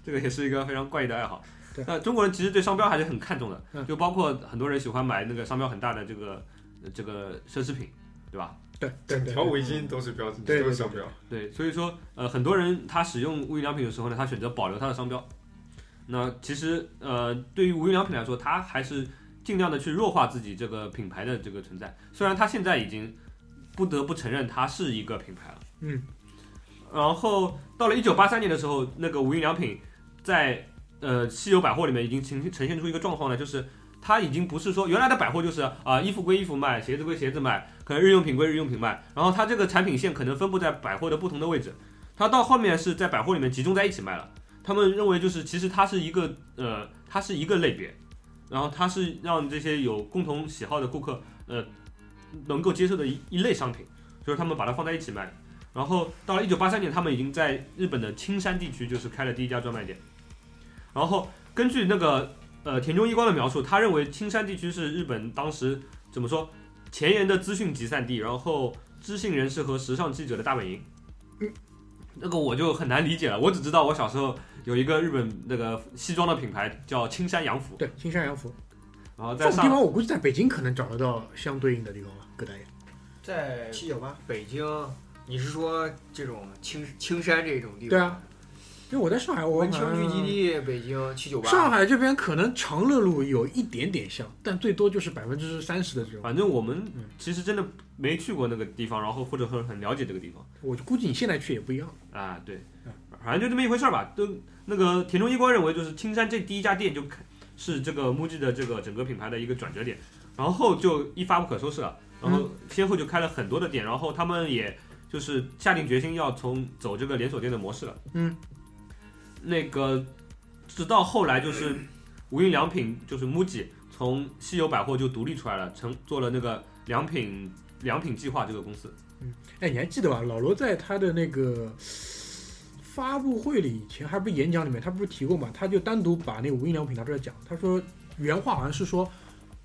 这个也是一个非常怪异的爱好
对。
那中国人其实对商标还是很看重的，
嗯
就包括很多人喜欢买那个商标很大的这个呃这个奢侈品，对吧？
对对
整
对
条围巾都是标志，
对对
都是商标。
对，所以说呃，很多人他使用无印良品的时候呢，他选择保留它的商标。那其实呃，对于无印良品来说，它还是尽量的去弱化自己这个品牌的这个存在。虽然它现在已经不得不承认它是一个品牌了，
嗯。
然后到了一九八三年的时候，那个无印良品在呃西友百货里面已经呈呈现出一个状况呢，就是它已经不是说原来的百货就是啊、衣服归衣服卖，鞋子归鞋子卖，可能日用品归日用品卖，然后它这个产品线可能分布在百货的不同的位置，它到后面是在百货里面集中在一起卖了。他们认为就是其实它是一个呃，它是一个类别，然后它是让这些有共同喜好的顾客呃能够接受的一一类商品，就是他们把它放在一起卖。然后到了一九八三年，他们已经在日本的青山地区就是开了第一家专卖店。然后根据那个呃田中一光的描述，他认为青山地区是日本当时怎么说前沿的资讯集散地，然后知性人士和时尚记者的大本营。
嗯
那个我就很难理解了，我只知道我小时候有一个日本那个西装的品牌叫青山洋服，
对，青山洋服，
然后
这
在
种地
上
方我估计在北京可能找得到相对应的地方吧，各大爷。
在
七九八，
北京，你是说这种青青山这种地方？
对啊，因为我在上海，我嗯
文青聚
好像
集地，北京七九八。
上海这边可能长乐路有一点点像，但最多就是百分之三十的这种。
反正我们
嗯
其实真的没去过那个地方，然后或者很很了解这个地方
我估计你现在去也不一样。
啊，对，反正就这么一回事儿吧。都那个田中一光认为，就是青山这第一家店就开是这个 MUJI 的这个整个品牌的一个转折点，然后就一发不可收拾了。然后先后就开了很多的店，然后他们也就是下定决心要从走这个连锁店的模式了。
嗯，
那个直到后来就是无印良品，就是 MUJI 从西友百货就独立出来了，成做了那个良品良品计划这个公司。
哎，你还记得吧？老罗在他的那个发布会里以前，还不是演讲里面，他不是提过嘛？他就单独把那个无印良品拿出来讲，他说原话好像是说，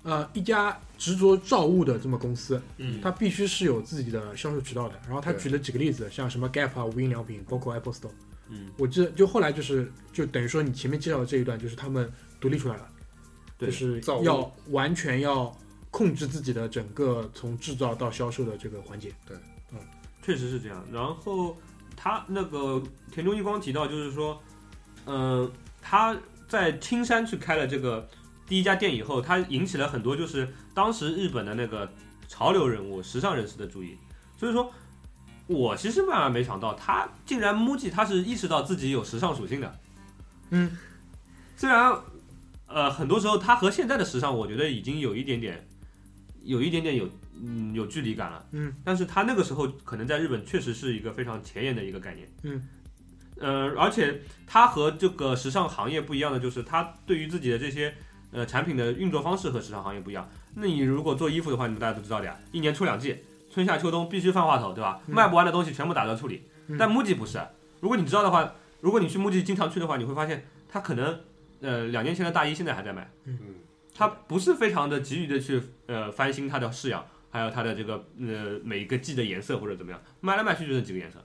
呃，一家执着造物的这么公司，
嗯，
它必须是有自己的销售渠道的。然后他
对
举了几个例子，像什么 Gap 啊、无印良品，包括 Apple Store。
嗯，
我记得就后来就是就等于说你前面介绍的这一段，就是他们独立出来了，
对
就是
造物
要完全要控制自己的整个从制造到销售的这个环节。
确实是这样。然后他那个田中一光提到，就是说，嗯、他在青山去开了这个第一家店以后，他引起了很多就是当时日本的那个潮流人物、时尚人士的注意。所以说，我其实万万没想到，他竟然 MUJI 他是意识到自己有时尚属性的。
嗯，
虽然呃很多时候它和现在的时尚，我觉得已经有一点点，有一点点有嗯有距离感了。
嗯，
但是它那个时候可能在日本确实是一个非常前沿的一个概念。
嗯。
呃，而且它和这个时尚行业不一样的就是，它对于自己的这些呃产品的运作方式和时尚行业不一样。那你如果做衣服的话，你们大家都知道的呀，一年出两季，春夏秋冬必须犯话头，对吧？
嗯
卖不完的东西全部打折处理。
嗯
但 MUJI 不是，如果你知道的话，如果你去 MUJI 经常去的话，你会发现它可能呃两年前的大衣现在还在卖，
嗯，
它不是非常的急于的去呃翻新它的式样，还有它的这个呃每一个季的颜色或者怎么样，卖来卖去就那几个颜色，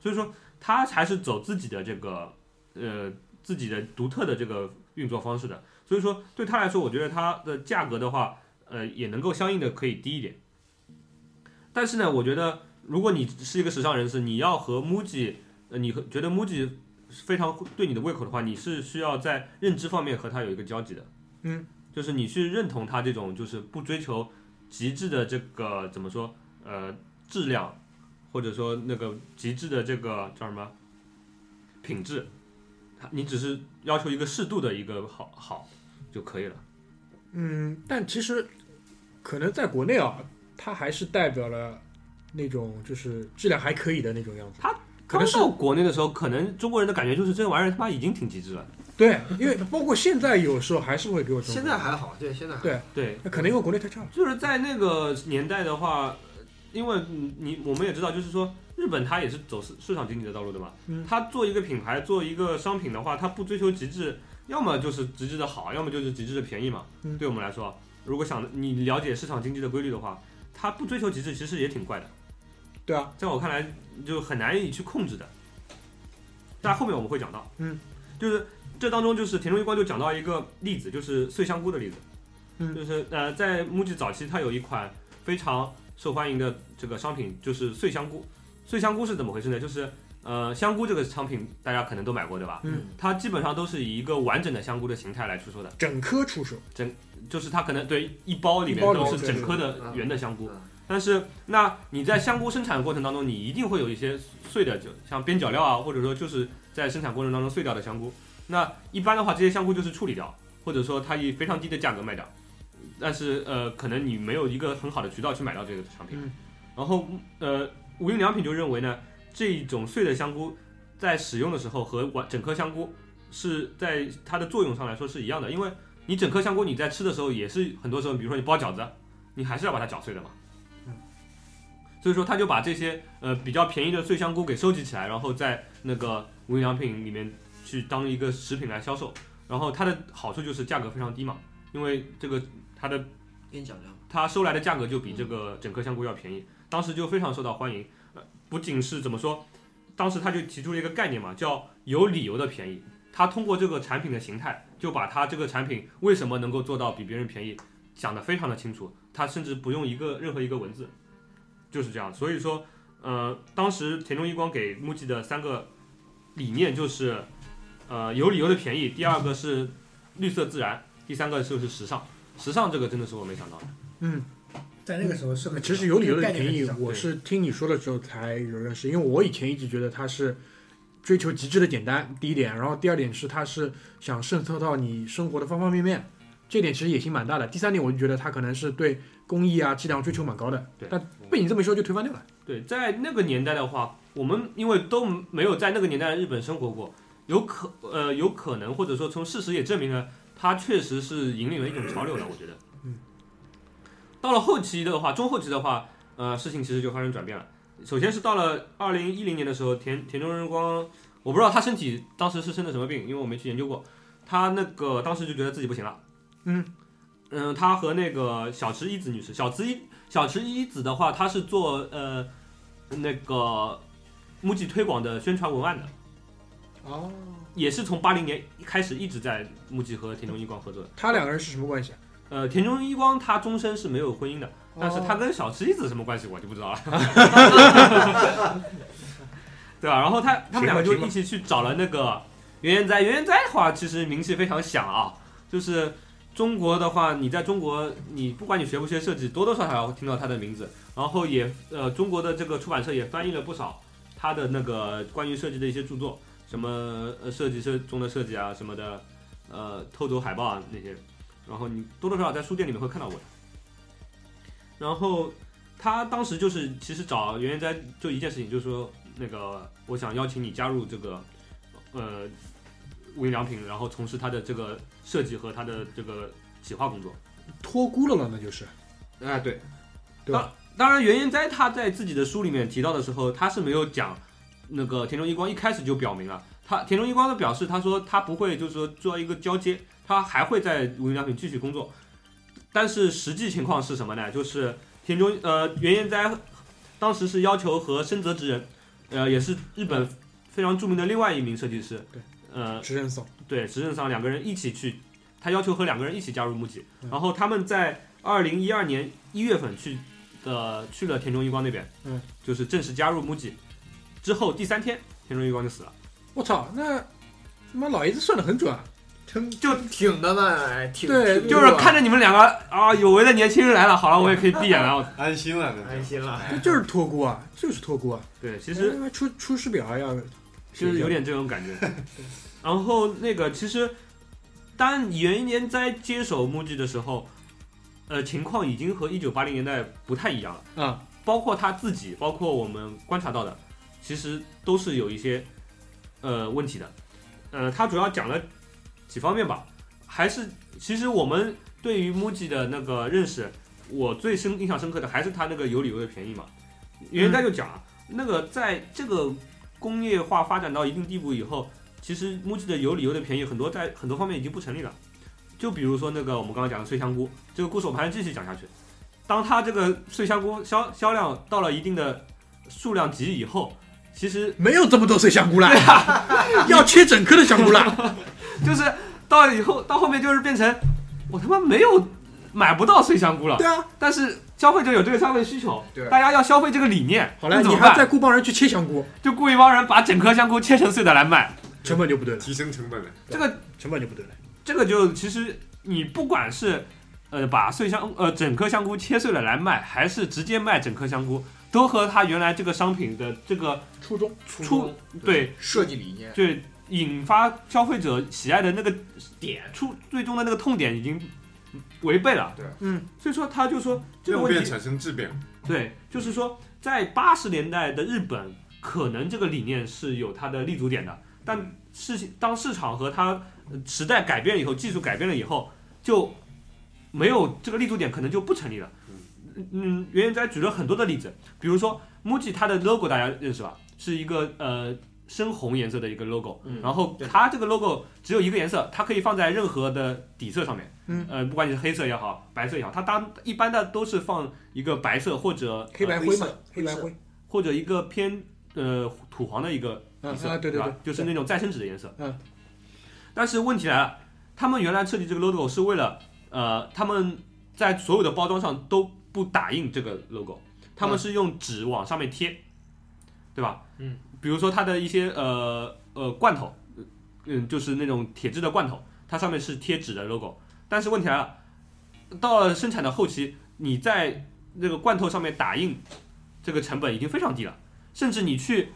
所以说它还是走自己的这个呃自己的独特的这个运作方式的，所以说对它来说，我觉得它的价格的话，呃也能够相应的可以低一点，但是呢，我觉得如果你是一个时尚人士，你要和 MUJI，呃你和觉得 MUJI 非常对你的胃口的话，你是需要在认知方面和它有一个交集的。
嗯，
就是你去认同它这种就是不追求极致的这个怎么说呃质量，或者说那个极致的这个叫什么品质，它你只是要求一个适度的一个好好就可以了。
嗯，但其实可能在国内啊，它还是代表了那种就是质量还可以的那种样子。
它
可能是
刚到国内的时候，可能中国人的感觉就是这玩意儿他妈已经挺极致了。
对，因为包括现在有时候还是会给我这种
现在还好，对，现在还好
对
对，
那可能因为国内太差了。
就是在那个年代的话，因为你你我们也知道，就是说日本它也是走市市场经济的道路的嘛。
嗯
它做一个品牌，做一个商品的话，它不追求极致，要么就是极致的好，要么就是极致的便宜嘛。
嗯
对我们来说，啊如果想你了解市场经济的规律的话，它不追求极致其实也挺怪的，
对啊，
在我看来就很难以去控制的。但后面我们会讲到，
嗯，
就是这当中就是田中一光就讲到一个例子，就是碎香菇的例子。
嗯
就是呃，在 MUJI 早期，它有一款非常受欢迎的这个商品，就是碎香菇。碎香菇是怎么回事呢？就是呃，香菇这个商品大家可能都买过对吧？
嗯，
它基本上都是以一个完整的香菇的形态来出售的，
整颗出手，
就是它可能对一包里
一包
面
里
都
面
是整颗
对
的
对
圆的香菇
嗯。
但是那你在香菇生产的过程当中，你一定会有一些碎的，就像边角料啊，或者说就是在生产过程当中碎掉的香菇。那一般的话，这些香菇就是处理掉，或者说它以非常低的价格卖掉。但是呃，可能你没有一个很好的渠道去买到这个产品。
嗯
然后呃，无印良品就认为呢，这种碎的香菇在使用的时候和完整颗香菇是在它的作用上来说是一样的，因为你整颗香菇你在吃的时候也是很多时候，比如说你包饺子，你还是要把它搅碎的嘛。所以说，他就把这些呃比较便宜的碎香菇给收集起来，然后在那个无印良品里面去当一个食品来销售。然后它的好处就是价格非常低嘛，因为这个它的
跟你讲讲，
它收来的价格就比这个整颗香菇要便宜，当时就非常受到欢迎。呃，不仅是怎么说，当时他就提出了一个概念嘛，叫有理由的便宜。他通过这个产品的形态，就把他这个产品为什么能够做到比别人便宜，讲得非常的清楚。他甚至不用一个任何一个文字，就是这样。所以说，呃，当时田中一光给木记的三个理念就是，呃，有理由的便宜，第二个是绿色自然，第三个就是时尚。时尚这个真的是我没想到的。
嗯，
在那个时候是很
其实有理由的便宜
这个概念很，少
我是听你说的时候才有认识，因为我以前一直觉得它是追求极致的简单，第一点，然后第二点是它是想渗透到你生活的方方面面，这点其实野心蛮大的。第三点，我就觉得它可能是对工艺啊、质量追求蛮高的。
对
但被你这么一说就推翻掉了。
对，在那个年代的话，我们因为都没有在那个年代的日本生活过，有可呃有可能，或者说从事实也证明了，它确实是引领了一种潮流的。我觉得，
嗯，
到了后期的话，中后期的话，呃，事情其实就发生转变了。首先是到了二零一零年的时候，田田中日光，我不知道他身体当时是生的什么病，因为我没去研究过。他那个当时就觉得自己不行了，
嗯
嗯，他和那个小池一子女士，小池一小池一子的话，她是做呃那个木吉推广的宣传文案的，
哦，
也是从八零年开始一直在木吉和田中一光合作的。
他两个人是什么关系啊？
呃，田中一光他终身是没有婚姻的，但
哦
是他跟小池一子什么关系我就不知道了，对吧？然后他他们两个就一起去找了那个原研哉，原研哉的话其实名气非常响啊，就是中国的话，你在中国你不管你学不学设计，多多少少会听到他的名字，然后也呃中国的这个出版社也翻译了不少他的那个关于设计的一些著作，什么呃设计设中的设计啊什么的，呃偷走海报啊那些。然后你多多少少在书店里面会看到我的。然后他当时就是其实找袁研哉就一件事情，就是说那个我想邀请你加入这个呃无印良品，然后从事他的这个设计和他的这个企划工作。
脱孤了了，那就是。
哎，对，
对吧
当当然，袁研哉他在自己的书里面提到的时候，他是没有讲那个田中一光一开始就表明了，他田中一光的表示，他说他不会就是说做一个交接，他还会在无印良品继续工作。但是实际情况是什么呢？就是田中呃袁研哉当时是要求和深泽直人，呃也是日本非常著名的另外一名设计师，
对，
呃
直人送
对，执政上两个人一起去，他要求和两个人一起加入木吉
嗯，
然后他们在二零一二年一月份去的去了田中一光那边，
嗯，
就是正式加入木吉之后第三天，田中一光就死了。
我操，那他妈老爷子算的很准啊！
挺就挺的嘛，哎挺
对
挺住
就是
了
看着你们两个啊，有为的年轻人来了，好了，我也可以闭眼了。我
安心了，那
安
就
心了。
这就是脱孤啊，就是脱孤啊。
对，
其
其实
出出师表啊要，
就是有点这种 感觉。然后那个其实，当元年在接手木吉的时候，呃，情况已经和一九八零年代不太一样了。
啊，
包括他自己，包括我们观察到的，其实都是有一些呃问题的。呃，他主要讲了几方面吧，还是其实我们对于 MUJI 的那个认识，我最深印象深刻的还是他那个有理由的便宜嘛。人家就讲啊，那个在这个工业化发展到一定地步以后，其实 MUJI 的有理由的便宜很多在很多方面已经不成立了。就比如说那个我们刚刚讲的碎香菇，这个故事我们还继续讲下去。当它这个碎香菇销销量到了一定的数量级以后，其实
没有这么多碎香菇啦， 要切整颗的香菇啦。
就是到了以后到后面就是变成我他妈没有买不到碎香菇了，
对啊，
但是消费者有这个消费需求，
对
大家要消费这个理念，
好
那
了，
怎
你
么
还
办？
在雇帮人去切香菇，
就雇一帮人把整颗香菇切成碎的来卖，
成本就不对了，
提升成本了。
这个
成本就不对了。
这个就其实你不管是呃把碎香呃整颗香菇切碎了来卖，还是直接卖整颗香菇，都和它原来这个商品的这个
初中
出对
设计理念，
对引发消费者喜爱的那个点出最终的那个痛点已经违背了。
对，
嗯，
所以说他就说这个
量
问
变
题
产生质变，
对，就是说在八十年代的日本，可能这个理念是有它的立足点的，但事情当市场和它呃时代改变了以后，技术改变了以后，就没有这个立足点，可能就不成立了。嗯，原研哉举了很多的例子，比如说 MUJI 它的 logo 大家认识吧，是一个呃深红颜色的一个 logo，、
嗯
然后它这个 logo 只有一个颜色，它可以放在任何的底色上面，
嗯，
呃，不管你是黑色也好，白色也好，它当一般的都是放一个白色或者
黑白
呃
灰嘛
色，
黑白灰。
或者一个偏呃土黄的一个
嗯
底色，
啊，对对
吧
对，
就是那种再生纸的颜色。
嗯，
但是问题来了，他们原来设计这个 logo 是为了，呃，他们在所有的包装上都不打印这个 logo，他
嗯
们是用纸往上面贴，对吧？
嗯，
比如说它的一些呃呃罐头，嗯，就是那种铁质的罐头，它上面是贴纸的 logo。但是问题来了，到了生产的后期，你在那个罐头上面打印，这个成本已经非常低了，甚至你去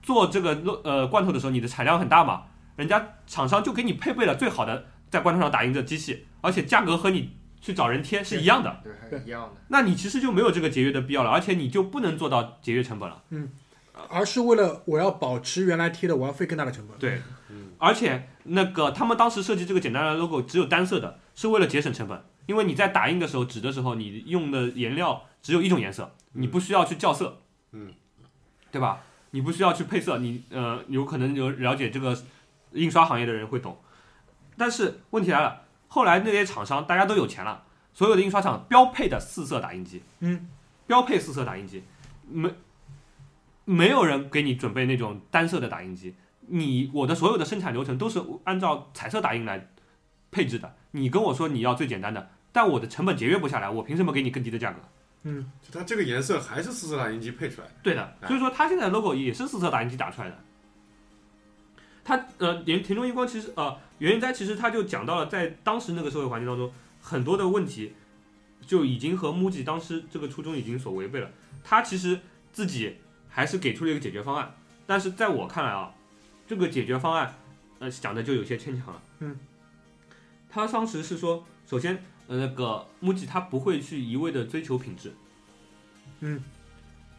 做这个 lo- 呃罐头的时候，你的产量很大嘛，人家厂商就给你配备了最好的在罐头上打印的机器，而且价格和你去找人贴是一样的。
对，还是一样的。
那你其实就没有这个节约的必要了，而且你就不能做到节约成本了。
而是为了我要保持原来贴的，我要费更大的成本。
对，而且那个他们当时设计这个简单的 logo 只有单色的，是为了节省成本，因为你在打印的时候纸的时候，你用的颜料只有一种颜色，你不需要去校色，
嗯，
对吧？你不需要去配色，你呃有可能有了解这个印刷行业的人会懂，但是问题来了，后来那些厂商大家都有钱了，所有的印刷厂标配的四色打印机，
嗯，
标配四色打印机，没没有人给你准备那种单色的打印机，你我的所有的生产流程都是按照彩色打印来配置的。你跟我说你要最简单的，但我的成本节约不下来，我凭什么给你更低的价格？
就它这个颜色还是四色打印机配出来的，
对的，所以说它现在的 logo 也是四色打印机打出来的。它呃，田田中一光其实呃，原研哉其实他就讲到了，在当时那个社会环境当中，很多的问题就已经和 MUJI 当时这个初衷已经所违背了。他其实自己还是给出了一个解决方案，但是在我看来啊，这个解决方案呃讲的就有些牵强了。
嗯，
他当时是说，首先呃那个 MUJI 他不会去一味的追求品质，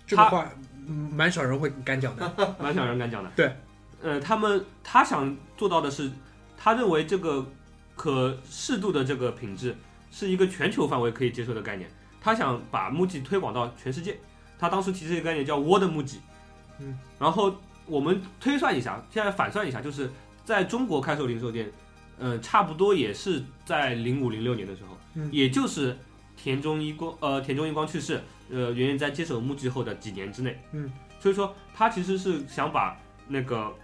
这个话嗯蛮少人会敢讲的。
蛮想让人敢讲的。
对，
呃，他们他想做到的是，他认为这个可适度的这个品质是一个全球范围可以接受的概念。他想把木屐推广到全世界。他当时提出一个概念叫 “World 木屐”，
嗯，
然后我们推算一下，现在反算一下，就是在中国开售零售店，呃，差不多也是在零五零六年的时候，
嗯
也就是田中一光呃田中一光去世，呃原研在接手木屐后的几年之内，
嗯，
所以说他其实是想把那个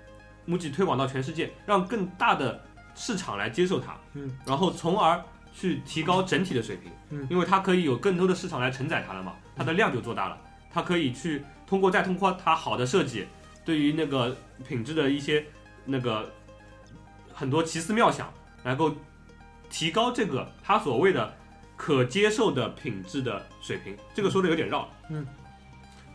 木屐推广到全世界，让更大的市场来接受它，
嗯，
然后从而去提高整体的水平，
嗯
因为它可以有更多的市场来承载它了嘛，它的量就做大了，它可以去通过再通过它好的设计，对于那个品质的一些那个很多奇思妙想，能够提高这个它所谓的可接受的品质的水平。这个说的有点绕，
嗯，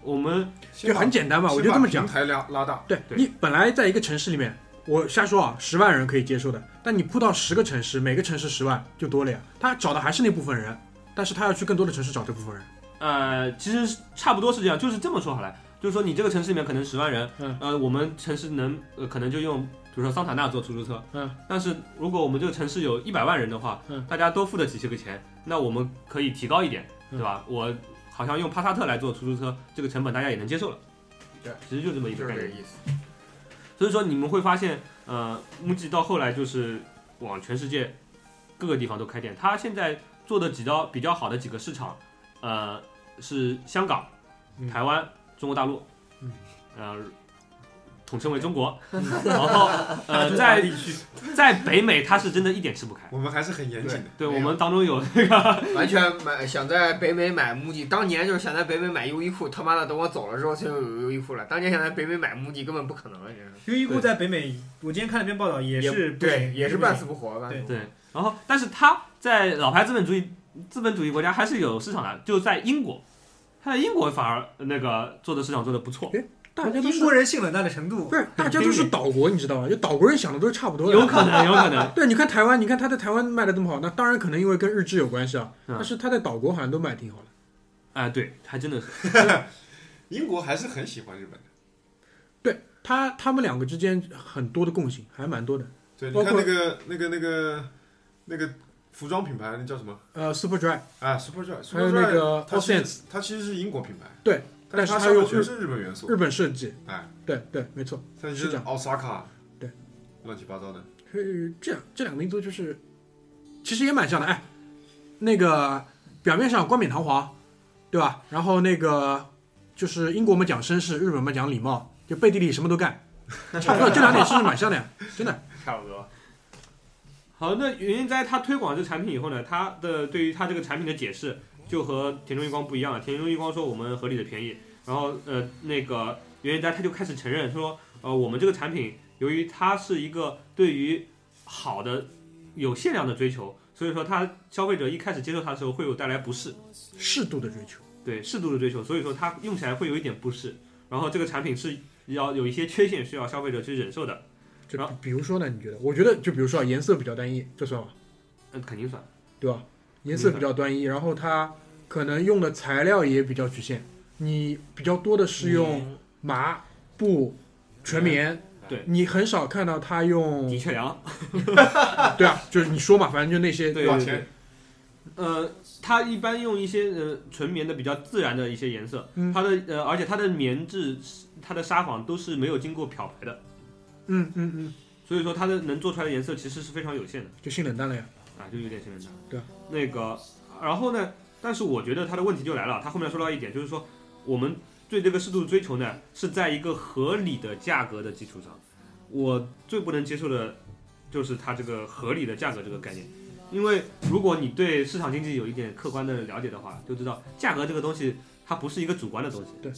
我们
就很简单嘛，我
先
就
把
这么讲
平。台拉拉大，
嗯对
对
你本来在一个城市里面，我瞎说啊，十万人可以接受的，但你铺到十个城市，每个城市十万就多了呀。他找的还是那部分人，但是他要去更多的城市找这部分人。
呃，其实是差不多是这样，就是这么说好了，就是说你这个城市里面可能十万人，
嗯，
呃，我们城市能呃可能就用比如说桑塔纳做出租车，
嗯，
但是如果我们这个城市有一百万人的话，
嗯，
大家都付得起这个钱，那我们可以提高一点，
嗯
对吧？我好像用帕萨特来做出租车，这个成本大家也能接受了，
对，
其实就这么一
就
个
是
概
这个
念。
意思。
所以说你们会发现，呃，木吉到后来就是往全世界各个地方都开店。他现在做的几到比较好的几个市场，呃，是香港、
嗯
台湾、中国大陆，
嗯
呃，统称为中 国。然后呃，在 在北美，它是真的一点吃不开。
我们还是很严谨的。
对
没
我
有
们当中有
完全买想在北美买 MUJI，当年就是想在北美买优衣库，他妈的等我走了之后才有优衣库了。当年想在北美买 MUJI 根本不可能了，你知道吗？
优衣库在北美，我今天看了篇报道，也是不
对，
行
也是
不行
半死不活吧。
对
对，然后但是它在老牌资本主义资本主义国家还是有市场的，就在英国，它在英国反而那个做的市场做的不错。
大家都
英
是
国人性冷淡的程度
不，是大家都是岛国，你知道吗？就岛国人想的都是差不多的。
有可能，有可能。
对，你看台湾，你看他在台湾卖的这么好，那当然可能因为跟日制有关系啊，
嗯
但是他在岛国好像都卖挺好的。
哎，对，还真的是。
英国还是很喜欢日本的。
对他，他们两个之间很多的共性，还蛮多的。
对，
包
你
括
看那个那个那个那个服装品牌，那叫什么？
呃，Superdry，
啊，Superdry，
还有那个
Superdry，它其
Offense
实它其实是英国品牌，
对，但
但
是
它
它
上
又
面全是日本元素
日，本设计，
哎，
对对，没错。
它就是
这
是
样
Osaka，
对，
乱七八糟的。
所以这两这两个民族就是，其实也蛮像的。哎，那个表面上冠冕堂皇，对吧？然后那个就是英国我们讲绅士，日本我们讲礼貌，就背地里什么都干，差不多。这两点是蛮像的呀，真的。
差不多。
好，那原因在他推广这个产品以后呢，他的对于他这个产品的解释就和田中裕光不一样了。田中裕光说我们合理的便宜，然后呃那个原因在他就开始承认说，呃我们这个产品由于它是一个对于好的有限量的追求，所以说它消费者一开始接受它的时候会有带来不适。
适度的追求。
对适度的追求，所以说它用起来会有一点不适。然后这个产品是要有一些缺陷需要消费者去忍受的，
就
然后
比比如说呢，你觉得？我觉得就比如说啊，颜色比较单一，这算吗？
嗯，肯定算。
对吧？颜色比较单一，然后它可能用的材料也比较局限。你比较多的是用麻布、全棉，
对
你很少看到它用
的确良，
对啊，就是你说嘛，反正就那些
对
吧
对？对。呃，它一般用一些呃纯棉的比较自然的一些颜色，
嗯
它的呃，而且它的棉质、它的纱纺都是没有经过漂白的，
嗯嗯嗯，
所以说它的能做出来的颜色其实是非常有限的。
就性冷淡了呀。
啊，就有点性冷淡。
对，
那个，然后呢？但是我觉得他的问题就来了，他后面说到一点，就是说我们对这个适度的追求呢，是在一个合理的价格的基础上。我最不能接受的就是它这个合理的价格这个概念，因为如果你对市场经济有一点客观的了解的话，就知道价格这个东西它不是一个主观的东西，
对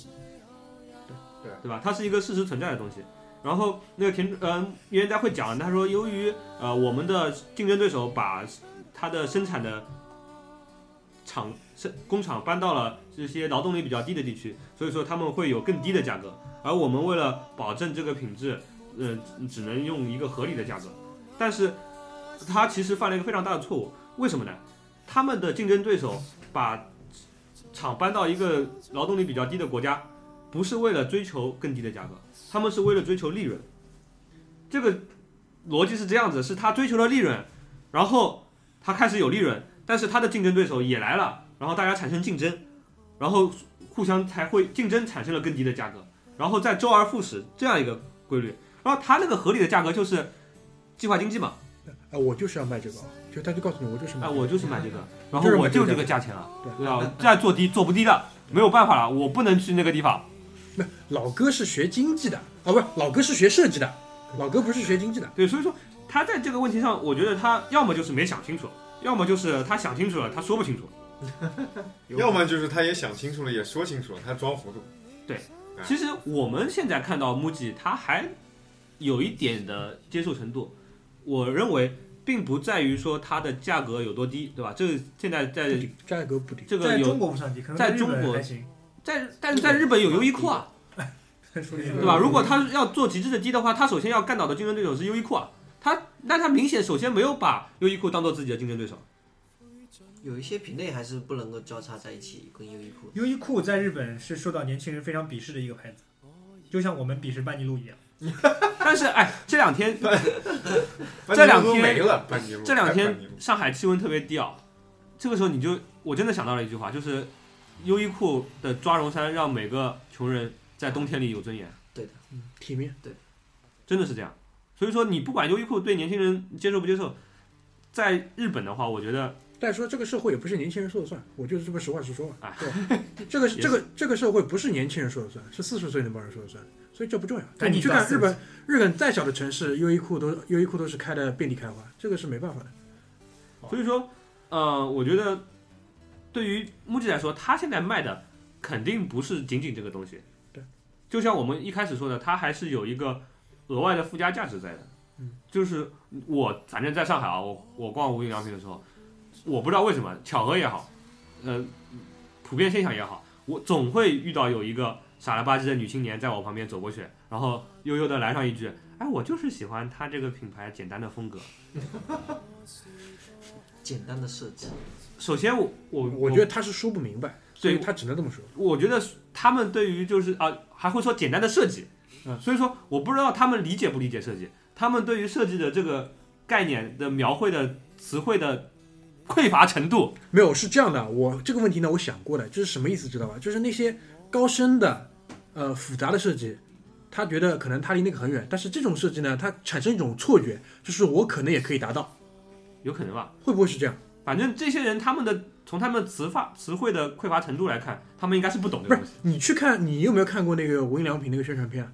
对
对吧？它是一个事实存在的东西。然后那个田嗯，袁、呃、家会讲，他说由于呃我们的竞争对手把它的生产的厂生工厂搬到了这些劳动力比较低的地区，所以说他们会有更低的价格，而我们为了保证这个品质，呃，只只能用一个合理的价格。但是，他其实犯了一个非常大的错误，为什么呢？他们的竞争对手把厂搬到一个劳动力比较低的国家，不是为了追求更低的价格，他们是为了追求利润。这个逻辑是这样子：是他追求了利润，然后他开始有利润，但是他的竞争对手也来了，然后大家产生竞争，然后互相才会竞争产生了更低的价格，然后再周而复始这样一个规律。然后他那个合理的价格就是计划经济嘛，
啊，我就是要卖这个，就他就告诉你，我就是卖
哎，
这个。
我就是买这个，然后
就是买
我
这
就
个
这个价钱了，
对
对吧？再做低做不低的，没有办法了，我不能去那个地方。
老哥是学经济的啊，不是老哥是学设计的，老哥不是学经济的。
对，所以说他在这个问题上，我觉得他要么就是没想清楚，要么就是他想清楚了，他说不清楚。
要么就是他也想清楚了，也说清楚了，他装糊涂。
其实我们现在看到 MUJI，它还有一点的接受程度，我认为并不在于说它的价格有多低，对吧？这个现在在
不低价格不低，
这个
在中
有
国不算低，可能
在
日
中
本
国
还行，
在，但是在日本有优衣库啊，
说句实
对
话
吧？如果他要做极致的低的话，他首先要干倒的竞争对手是优衣库啊，他那他明显首先没有把优衣库当做自己的竞争对手，
有一些品类还是不能够交叉在一起，跟优衣库。
优衣库在日本是受到年轻人非常鄙视的一个牌子，就像我们鄙视班尼路一样。
但是哎，这两天
班
这
尼
两
路都
天
没了，班尼路
这两
还
天
班尼路
上海气温特别低啊，这个时候你就我真的想到了一句话，就是优衣库的抓绒衫让每个穷人在冬天里有尊严，
嗯体面。
真的是这样。所以说你不管优衣库对年轻人接受不接受，在日本的话，我觉得
但是说这个社会也不是年轻人说了算，我就是这么实话实说嘛
哎。
对吧，这个
也是
这个这个社会不是年轻人说了算，是四十岁那帮人说了算，所以这不重要。
赶
你
紧
去
到
看日
40
本，日本再小的城市，优衣库都优衣库都是开的遍地开花，这个是没办法的。
所以说，呃，我觉得对于木吉来说，他现在卖的肯定不是仅仅这个东西。
对，
就像我们一开始说的，它还是有一个额外的附加价值在的。
嗯，
就是我反正在上海啊，我我逛无印良品的时候，我不知道为什么，巧合也好，呃，普遍现象也好，我总会遇到有一个傻了吧唧的女青年在我旁边走过去，然后悠悠的来上一句：“哎，我就是喜欢它这个品牌简单的风格。
简单的设计，”
首先我，我我
我觉得他是说不明白，所以
对
他只能这么说。
我觉得他们对于就是啊，还会说简单的设计，
嗯
所以说我不知道他们理解不理解设计，他们对于设计的这个概念的描绘的词汇的匮乏程度，
没有，是这样的，啊我这个问题呢，我想过的，就是什么意思，知道吧？就是那些高深的、呃复杂的设计，他觉得可能他离那个很远，但是这种设计呢，它产生一种错觉，就是我可能也可以达到，
有可能吧？
会不会是这样？
反正这些人他们的从他们词法词汇的匮乏程度来看，他们应该是不懂这
不是
个东西。
你去看，你有没有看过那个无印良品那个宣传片啊？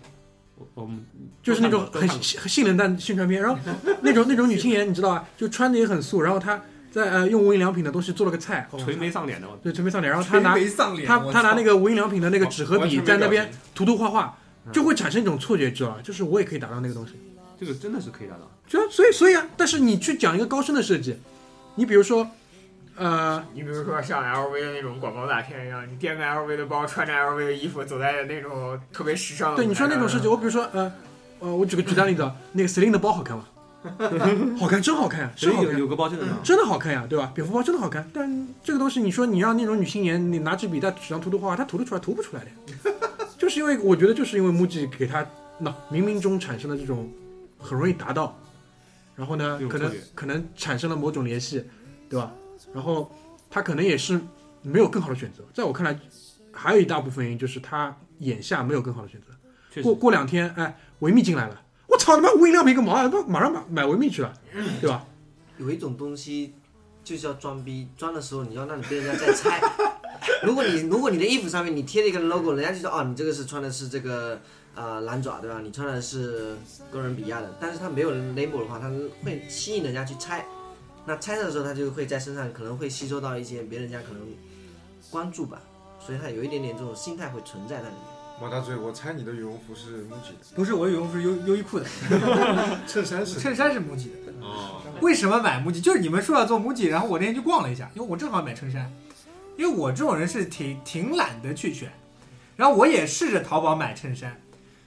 我们
就是那种
都
很
看过
性很性冷淡的宣传片，然后那种那种女青年你知道吧，就穿的也很素，然后她在呃用无印良品的东西做了个菜，哦
垂眉丧脸的嘛，
对，纯眉丧脸，然后她拿
没丧脸，
她
我
她拿
操
那个无印良品的那个纸和
哦完
笔
全没嗯
在那
表
边
情
涂涂画画，就会产生一种错觉，知道吧？就是我也可以达到那个东西，
这个真的是可以达到。
就所以所以啊，但是你去讲一个高深的设计，你比如说，呃，
你比如说像 LV 的那种广告大片一样，你掂个 LV 的包，穿着 LV 的衣服，走在那种特别时尚的舞
对
台上。
你说那种设计，我比如说呃呃，我举个举单例子啊，那个 Celine 的包好看吗？ 好看，真好看啊，
所
真
以
好
有
看。
有个包真的吗？
真的好看呀，对吧？蝙蝠包真的好看，但这个东西你说你让那种女青年，你拿支笔在纸上涂涂画画，她涂得出来，涂不出来的呀。 就是因为我觉得，就是因为 MUJI 给她那冥冥中产生了这种很容易达到，然后呢
这，种
可能
错觉
可能产生了某种联系，对吧？然后她可能也是没有更好的选择，在我看来，还有一大部分原因就是她眼下没有更好的选择。
确
过
实，
过两天，哎，维密进来了，我操他妈，无印良品个毛啊！不，马上买买维密去了，对吧？
有一种东西就是要装逼，装的时候你要让你被人家在猜。 如果你如果你的衣服上面你贴了一个 logo，人家就说哦，你这个是穿的是这个呃蓝爪对吧？你穿的是哥伦比亚的，但是他没有 label 的话，他会吸引人家去猜。那猜的时候，他就会在身上可能会吸收到一些别人家可能关注吧，所以他有一点点这种心态会存在那里面。
马大嘴，我猜你的羽绒服是 MUJI
不是我羽绒服是优优衣库的，
的，衬衫是
衬衫是 MUJI 的。
哦，
为什么买 MUJI？就是你们说要做 MUJI，然后我那天去逛了一下，因为我正好买衬衫，因为我这种人是挺挺懒得去选，然后我也试着淘宝买衬衫，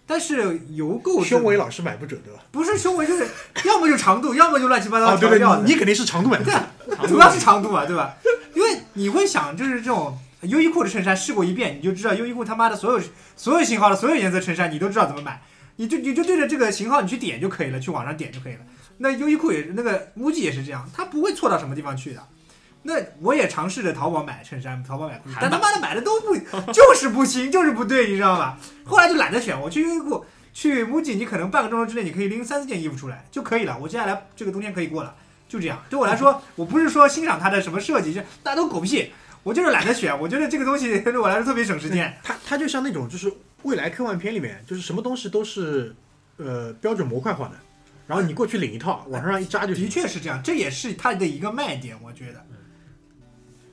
但是邮购是
胸围老是买不准，对吧？
不是胸围，就是要么就长度，要么就乱七八糟
啊，
的
对
调
对，
料
你
的。
你肯定是长度买的。
对，主要是长度嘛，对吧？因为你会想，就是这种优衣库的衬衫试过一遍，你就知道优衣库他妈的所有所有型号的所有颜色衬衫，你都知道怎么买，你就你就对着这个型号你去点就可以了，去网上点就可以了。那优衣库也那个 MUJI 也是这样，它不会错到什么地方去的。那我也尝试着淘宝买衬衫，淘宝买裤子，但他妈的买的都不就是不行，就是不对，你知道吧？后来就懒得选，我去优衣库。去 MUJI，你可能半个钟头之内你可以拎三四件衣服出来就可以了。我接下来这个冬天可以过了。就这样。对我来说，我不是说欣赏它的什么设计，就大家都狗屁，我就是懒得选。我觉得这个东西 对我来说特别省时间。
它它就像那种就是未来科幻片里面，就是什么东西都是呃标准模块化的，然后你过去领一套，往上一扎就
的
行。
确是这样，这也是它的一个卖点，我觉得，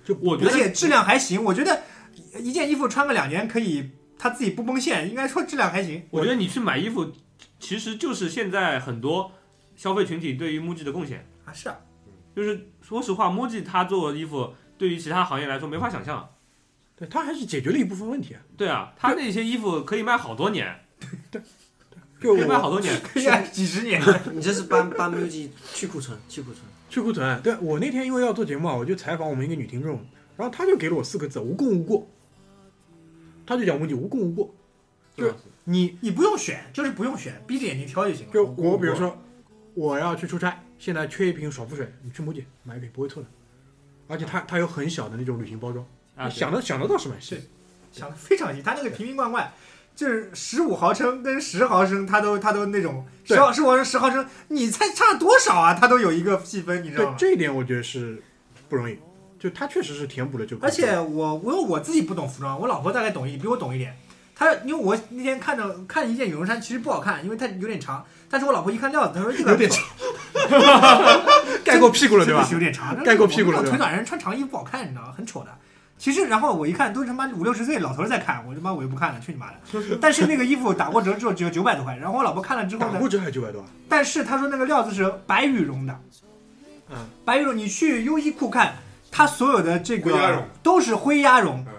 就
我觉
而
得
且质量还行。我觉得一件衣服穿个两年可以，它自己不崩线，应该说质量还行。
我觉得你去买衣服，其实就是现在很多消费群体对于 MUJI 的贡献。
啊是啊，
就是说实话，MUJI 它做的衣服对于其他行业来说没法想象。
对，它还是解决了一部分问题啊。
对啊，它那些衣服可以卖好多年，
就
可以卖
我
好多年。
可以按 几十年。
你这是帮帮 MUJI 去库存，去库存。
去库存，啊对我那天因为要做节目啊，我就采访我们一个女听众，然后她就给了我四个字：无功无过。她就讲问题无功无过，就
对
你
你不用选，就是不用选，闭着眼睛挑就行了。
就我比如说，我要去出差，现在缺一瓶爽肤水，你去母姐买一瓶，不会错的。而且它它有很小的那种旅行包装，
啊，
你
对
想得想得到是买
是想的非常细，它那个瓶瓶罐罐。就是十五毫升跟十毫升，它都它都那种
对
十毫十五毫升十毫升，你猜差多少啊？它都有一个细分，你知道
对
吗？
这一点我觉得是不容易，就它确实是填补了这个空
而
缺。
且我我我自己不懂服装，我老婆大概懂一比我懂一点。她因为我那天看着看一件羽绒衫，其实不好看，因为它有点长。但是我老婆一看料子，她说这个
有 点
长，
盖过屁股了，对
真的
吧
是？有点长，
盖过屁股了
我
对吧
那种腿短人穿长衣服不好看，你知道吗？很丑的。其实，然后我一看，都他妈五六十岁老头儿在看，我他妈我就不看了，去你妈的！但是那个衣服打过折之后只有九百多块，然后我老婆看了之后
打
呢，
过折还九百多啊，
但是他说那个料子是白羽绒的，
嗯，
白羽绒，你去优衣库看，它所有的这
灰鸭
个
绒
都是灰鸭绒，
嗯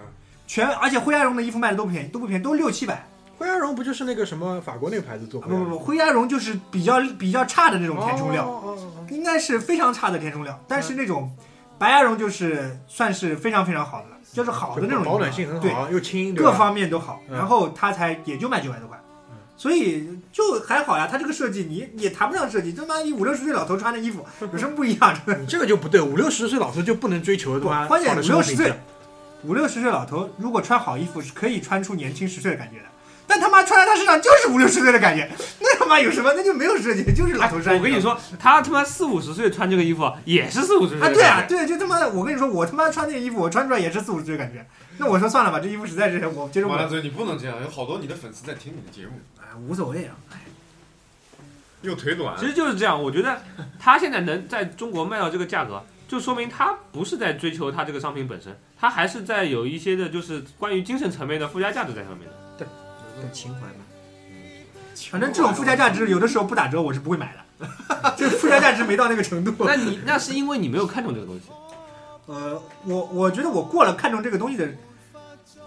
全而且灰鸭绒的衣服卖的都不便宜，都不便宜，都六七百。
灰鸭绒不就是那个什么法国那个牌子做
啊
的？
不不不，灰鸭绒就是比较比较差的那种填充料，
哦哦哦哦
应该是非常差的填充料，但是那种白鸭绒就是算是非常非常好的了，就是好的那种
保暖性很
对，嗯
好，又啊轻，对
各
吧
方面都好，
嗯
然后它才也就卖九百多块，所以就还好呀。它这个设计你也谈不上设计，他妈你五六十岁老头穿的衣 服有什么不一样？真的
你这个就不对，五六十岁老头就不能追求他妈
关键
好的生活
五六十
品质
岁五六十岁老头如果穿好衣服是可以穿出年轻十岁的感觉的，但他妈穿在他身上就是五六十岁的感觉， 那他妈有什么？那就没有设计，就是老头衫。
我跟你说，他他妈四五十岁穿这个衣服也是四五十岁
啊，
的
对
感
啊
觉，，
对，就他妈的，我跟你说，我他妈穿这个衣服，我穿出来也是四五十岁的感觉。那我说算了吧，这衣服实在是我接受不
马大
了，
嘴，你不能这样，有好多你的粉丝在听你的节目，
哎，无所谓啊。
又腿短
其，实就是这样。我觉得他现在能在中国卖到这个价格，就说明他不是在追求他这个商品本身，他还是在有一些的就是关于精神层面的附加价值在上面的。
对情怀嘛。
反正这种附加价值有的时候不打折我是不会买的，这附加价值没到那个程度。
那你那是因为你没有看中这个东西，
呃，我我觉得我过了看中这个东西的，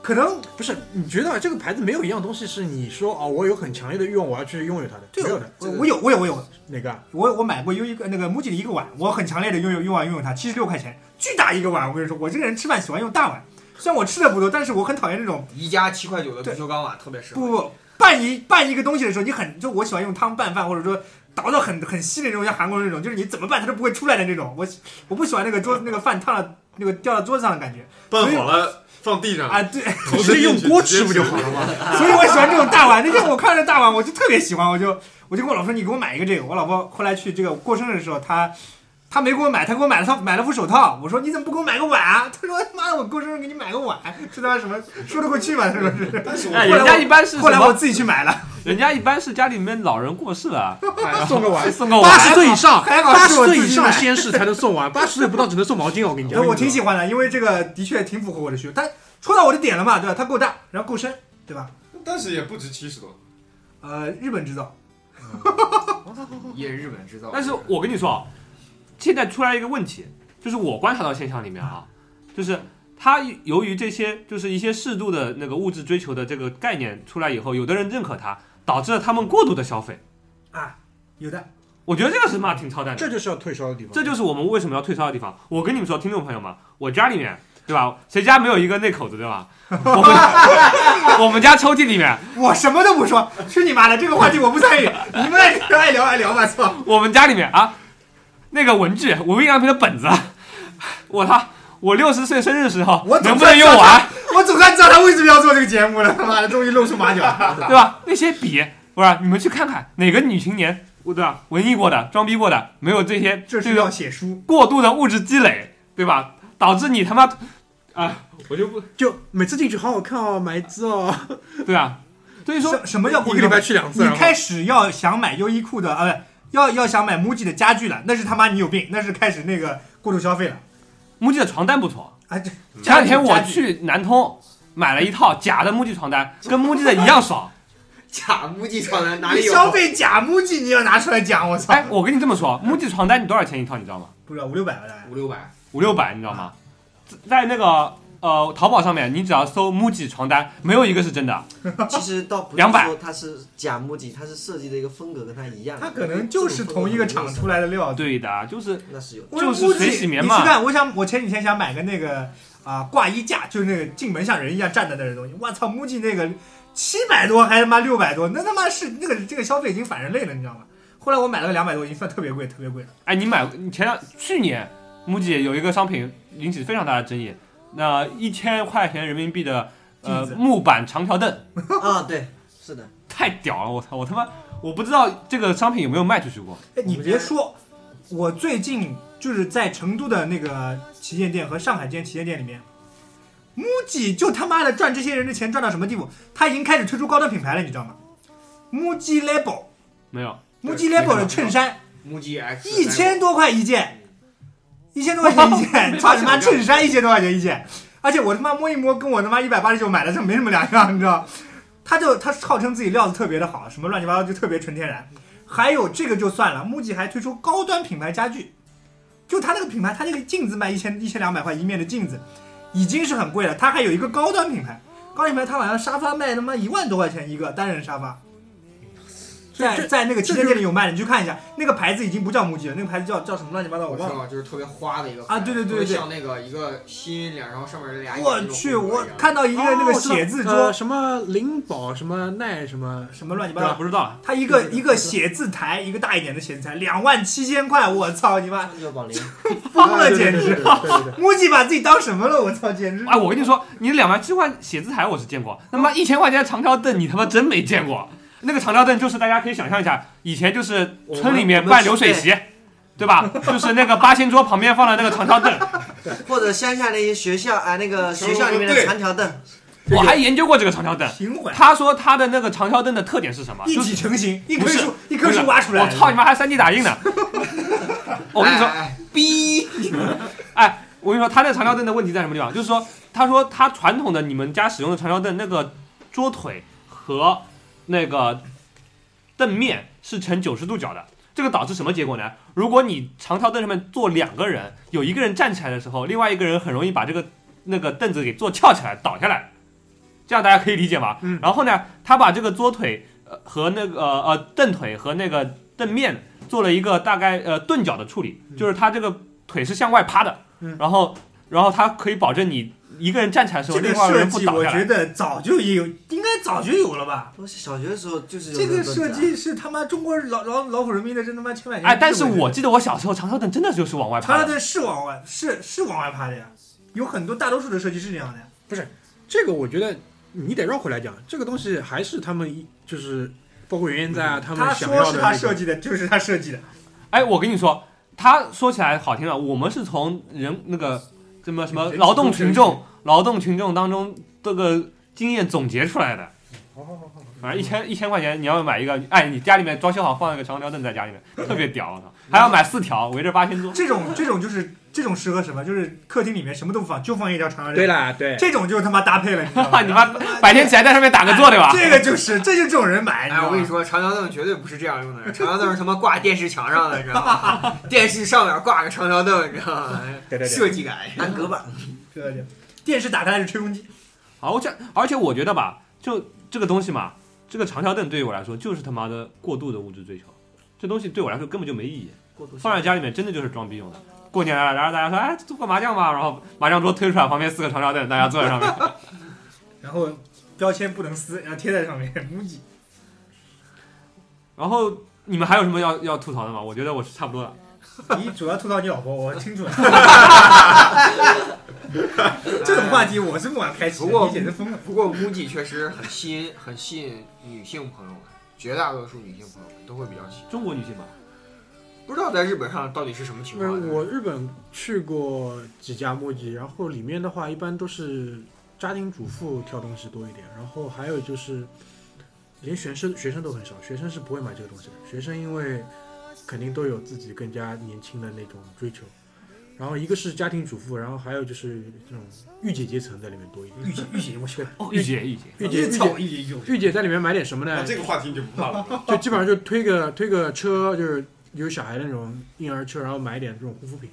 可能
不是，你觉得啊这个牌子没有一样东西是你说哦，我有很强烈的欲望，我要去拥有它的，
这
没有
个
的。
我我有我有我有，
哪个啊？
我我买过优一个那个 MUJI 的一个碗，我很强烈的拥有欲望拥有它，七十六块钱，巨大一个碗。我跟你说，我这个人吃饭喜欢用大碗，虽然我吃的不多，但是我很讨厌这种
宜家七块九的
对
不锈钢碗特别适合。
不不不拌一拌一个东西的时候，你很就我喜欢用汤拌饭，或者说倒到很很稀的那种，像韩国那种，就是你怎么拌它都不会出来的那种。我我不喜欢那个桌那个饭烫了那个掉到桌子上的感觉
拌好了放地上，
啊，对。
投
直
身
接
进
哎用
去
锅
直接
吃不就好了吗？
所以我喜欢这种大碗。那天我看着大碗，我就特别喜欢，我就我就跟我老婆说：“你给我买一个这个。”我老婆后来去这个过生日的时候，她她没给我买，她给我买了她买了副手套。我说：“你怎么不给我买个碗啊？”她说：“妈的，我过生日给你买个碗，这他妈什么说得过去吗？”她说是。
但是我
哎，
后来
人家一般是
后
什
来我
么？
自己去买了，
人家一般是家里面老人过世 了，啊
哎
送个碗，
送个碗
八。十岁以上，
还好
八
是
十
我自
岁
己
以上的
买哎
先士才能送 完，八十岁不到只能送毛巾。我跟你讲，
我挺喜欢的，因为这个的确挺符合我的需求。但戳到我的点了嘛，对吧？它够大，然后够深，对吧？
但是也不值七十多，
呃，日本制造，
也是日本制造，
但是我跟你说，啊，现在出来一个问题，就是我观察到现象里面啊，就是它由于这些就是一些适度的那个物质追求的这个概念出来以后，有的人认可它，导致了他们过度的消费。
有的
我觉得这个是骂挺操蛋的，
这就是要退烧的地方。
这就是我们为什么要退烧的地方。我跟你们说，听众朋友们，我家里面。对吧？谁家没有一个内口子，对吧？我们我们家 抽屉里面，
我什么都不说，去你妈的！这个话题我不参与，你们爱聊爱聊爱聊吧，操！
我们家里面啊，那个文具，无印良品的本子，啊我操！我六十岁生日时候
我总
能不能
算
用
算
完？
我总算知道他为什么要做这个节目了，他 妈的，终于露出马 脚了。
对吧？那些笔，不是你们去看看哪个女青年，对吧？文艺过的、装逼过的，没有这些
这是
个
要写书，
过度的物质积累，对吧？导致你他妈啊，我就不
就每次进去好好看哦，买一只哦，
对啊。所以说，
什什么叫
一
过
个
度
礼拜去两次。
你
然后
开始要想买优衣库的，呃，要要想买 MUJI 的家具了，那是他妈你有病，那是开始那个过度消费了。
木屐的床单不错。
啊，这
前两天我
家具
去南通买了一套假的木屐床单，跟木屐的一样爽。
假木屐床单哪
你
里有？
消费假 MUJI 你要拿出来讲，我操！
哎，我跟你这么说，木屐床单你多少钱一套？你知道吗？
不知道五六百吧，大概
五六百，
五六百，你知道
啊
吗？在那个呃淘宝上面，你只要搜木屐床单，没有一个是真
啊
的。
其实倒不是
200
说它是假木屐，它是设计的一个风格跟它一样。
他可能就是同一个厂出
来，
来的料。
对的，就是
那是有 的。
我
就是
MUJI
水洗棉嘛
你去看，我想我前几天想买个那个啊、挂衣架，就是那个进门像人一样站在那儿的东西。我操，MUJI 那个七百多还他妈六百多，那他妈是那个这个消费已经反人类了，你知道吗？后来我买了个两百多，已经算特别贵，特别贵了。
哎，你买你前两去年 MUJI 有一个商品引起非常大的争议，那一千块钱人民币的呃
镜子
木板长条凳，
哦
啊，对，是的，
太屌了！我操，我他妈我不知道这个商品有没有卖出去过。
哎，你别说，我最近就是在成都的那个旗舰店和上海这间旗舰店里面，MUJI 就他妈的赚这些人的钱赚到什么地步？他已经开始推出高端品牌了，你知道吗？MUJI Label，MUJI
没有，
Label 的衬衫。
木屐 X
一千多块一件，一千多块钱一件，穿他妈衬衫一千多块钱一件，而且我他妈摸一摸，跟我他妈一百八十九买的这没什么两样，你知道？他就他号称自己料子特别的好，什么乱七八糟就特别纯天然。还有这个就算了，木屐还推出高端品牌家具，就他那个品牌，他那个镜子卖一千一千两百块一面的镜子，已经是很贵了。他还有一个高端品牌，高端品牌他好像沙发卖他妈一万多块钱一个单人沙发，在在那个旗舰店里有卖的，你去看一下，那个牌子已经不叫母鸡了，那个牌子叫叫什么乱七八糟，
我
我
知
忘了。
道，就是特别花的一个
啊对对对
特别
对
像那个一个心脸，然后上面是俩眼
我
睛
去，
那种
我
一样
看到一个那个
哦
写字
我知道
桌
呃，什么灵宝什么奈什么，
什么乱七
对
八
吧？
糟，
不知道啊，
它一个
对对对
一个写字台，一个大一点的写字台，两万七千块，我操你妈，
三角绑铃，
疯了简
对
直！
对对对对对
母鸡把自己当什么了？我操，简直！
哎，我跟你说，你两万七块写字台我是见过，他妈一千块钱长条凳你他妈真没见过。那个长条凳就是大家可以想象一下，以前就是村里面办流水席，对吧？就是那个八仙桌旁边放的那个长条凳，
或者乡下那些学校啊，那个学校里面的长条凳，
我还研究过这个长条凳。
平缓，
他说他的那个长条凳的特点是什么？
一
啊就是
体成型，一棵
不是
树一棵树挖出来。
我操你！妈，还三 D 打印 呢！我跟你说
哎，哎哎
逼！ 哎，我跟你说，他那长条凳的问题在什么地方？就是说，他说他传统的你们家使用的长条凳，那个桌腿和那个凳面是呈九十度角的。这个导致什么结果呢？如果你长条凳上面坐两个人，有一个人站起来的时候，另外一个人很容易把这个那个凳子给坐翘起来，倒下来。这样大家可以理解吗？
嗯
然后呢，他把这个桌腿呃和那个呃呃凳腿和那个凳面做了一个大概呃钝角的处理，
嗯
就是他这个腿是向外趴的，
嗯
然后然后他可以保证你一个人站起来的时候，
这个
另外一个
设
人不
计
倒
我
下
觉
来。
得早就有，应该早就有了吧？
我小学的时候就是有
这个
种凳
设
子啊
计是他妈中国老老老虎人民的，真他妈千百年。
哎，但是我记得我小时候长条凳真的就是往外
长
趴
条
的，
凳是往外是是往外爬的呀，有很多大多数的设计是这样的呀。
这个我觉得你得绕回来讲，这个东西还是他们一就是包括原研在啊，他
他
们想
说
要
是
的
嗯他
那
设
个。
计的， 就是他设计的。
哎，我跟你说，他说起来好听了，我们是从人那个什么什么劳动群众、劳动群众当中这个经验总结出来的。
哦
反正一千一千块钱，你要买一个，哎，你家里面装修好放一个长条凳在家里面，特别屌，我操！还要买四条，围着八 仙桌。
这种这种就是这种适合什么？就是客厅里面什么都不放，就放一条长条
对
凳。
啦，对，
这种就是他妈搭配了，你知道吗？
你妈白天起来在上面打个坐，对吧？
哎这个就是这就是这种人买，你知
哎，
道
我跟你
吗？
说，长条凳绝对不是这样用的，长条凳是他妈挂电视墙上的，你知道吗？ 电视上面挂个长条凳，你知道吗？
对对
设
对，
计感，
安格吧，
对对电视打开是吹风机，
而且而且我觉得吧，就这个东西嘛，这个长条凳对于我来说就是他妈的过度的物质追求，这东西对我来说根本就没意义，
过度
放在家里面真的就是装逼用的。过年了，然后大家说，哎，做个麻将吧，然后麻将桌推出来，旁边四个长条凳，大家坐在上面。
然后标签不能撕，然后贴在上面。母 鸡，
然后你们还有什么要要吐槽的吗？我觉得我是差不多了。
你主要吐槽你 老婆，我清楚了。这种话题我是不敢开启的，
不过
你简直疯 了。
不过 MUJI 确实很吸引，很吸引女性朋友们，绝大多数女性朋友们都会比较喜欢。
中国女性吧，
不知道在日本上到底是什么情
因为
况。
我日本去过几家木吉，然后里面的话一般都是家庭主妇挑东西多一点，然后还有就是连学生学生都很少，学生是不会买这个东西的。学生因为肯定都有自己更加年轻的那种追求，然后一个是家庭主妇，然后还有就是这种御姐阶层在里面多一点。
御姐，御姐，我去，
哦，御姐，御姐，
啊御姐御姐
操，御姐，御姐，
御姐在里面买点什么
那
呢？
这个话题你就不怕 了。
就基本上就推个推个车，就是有小孩的那种婴儿车，然后买点这种护肤品，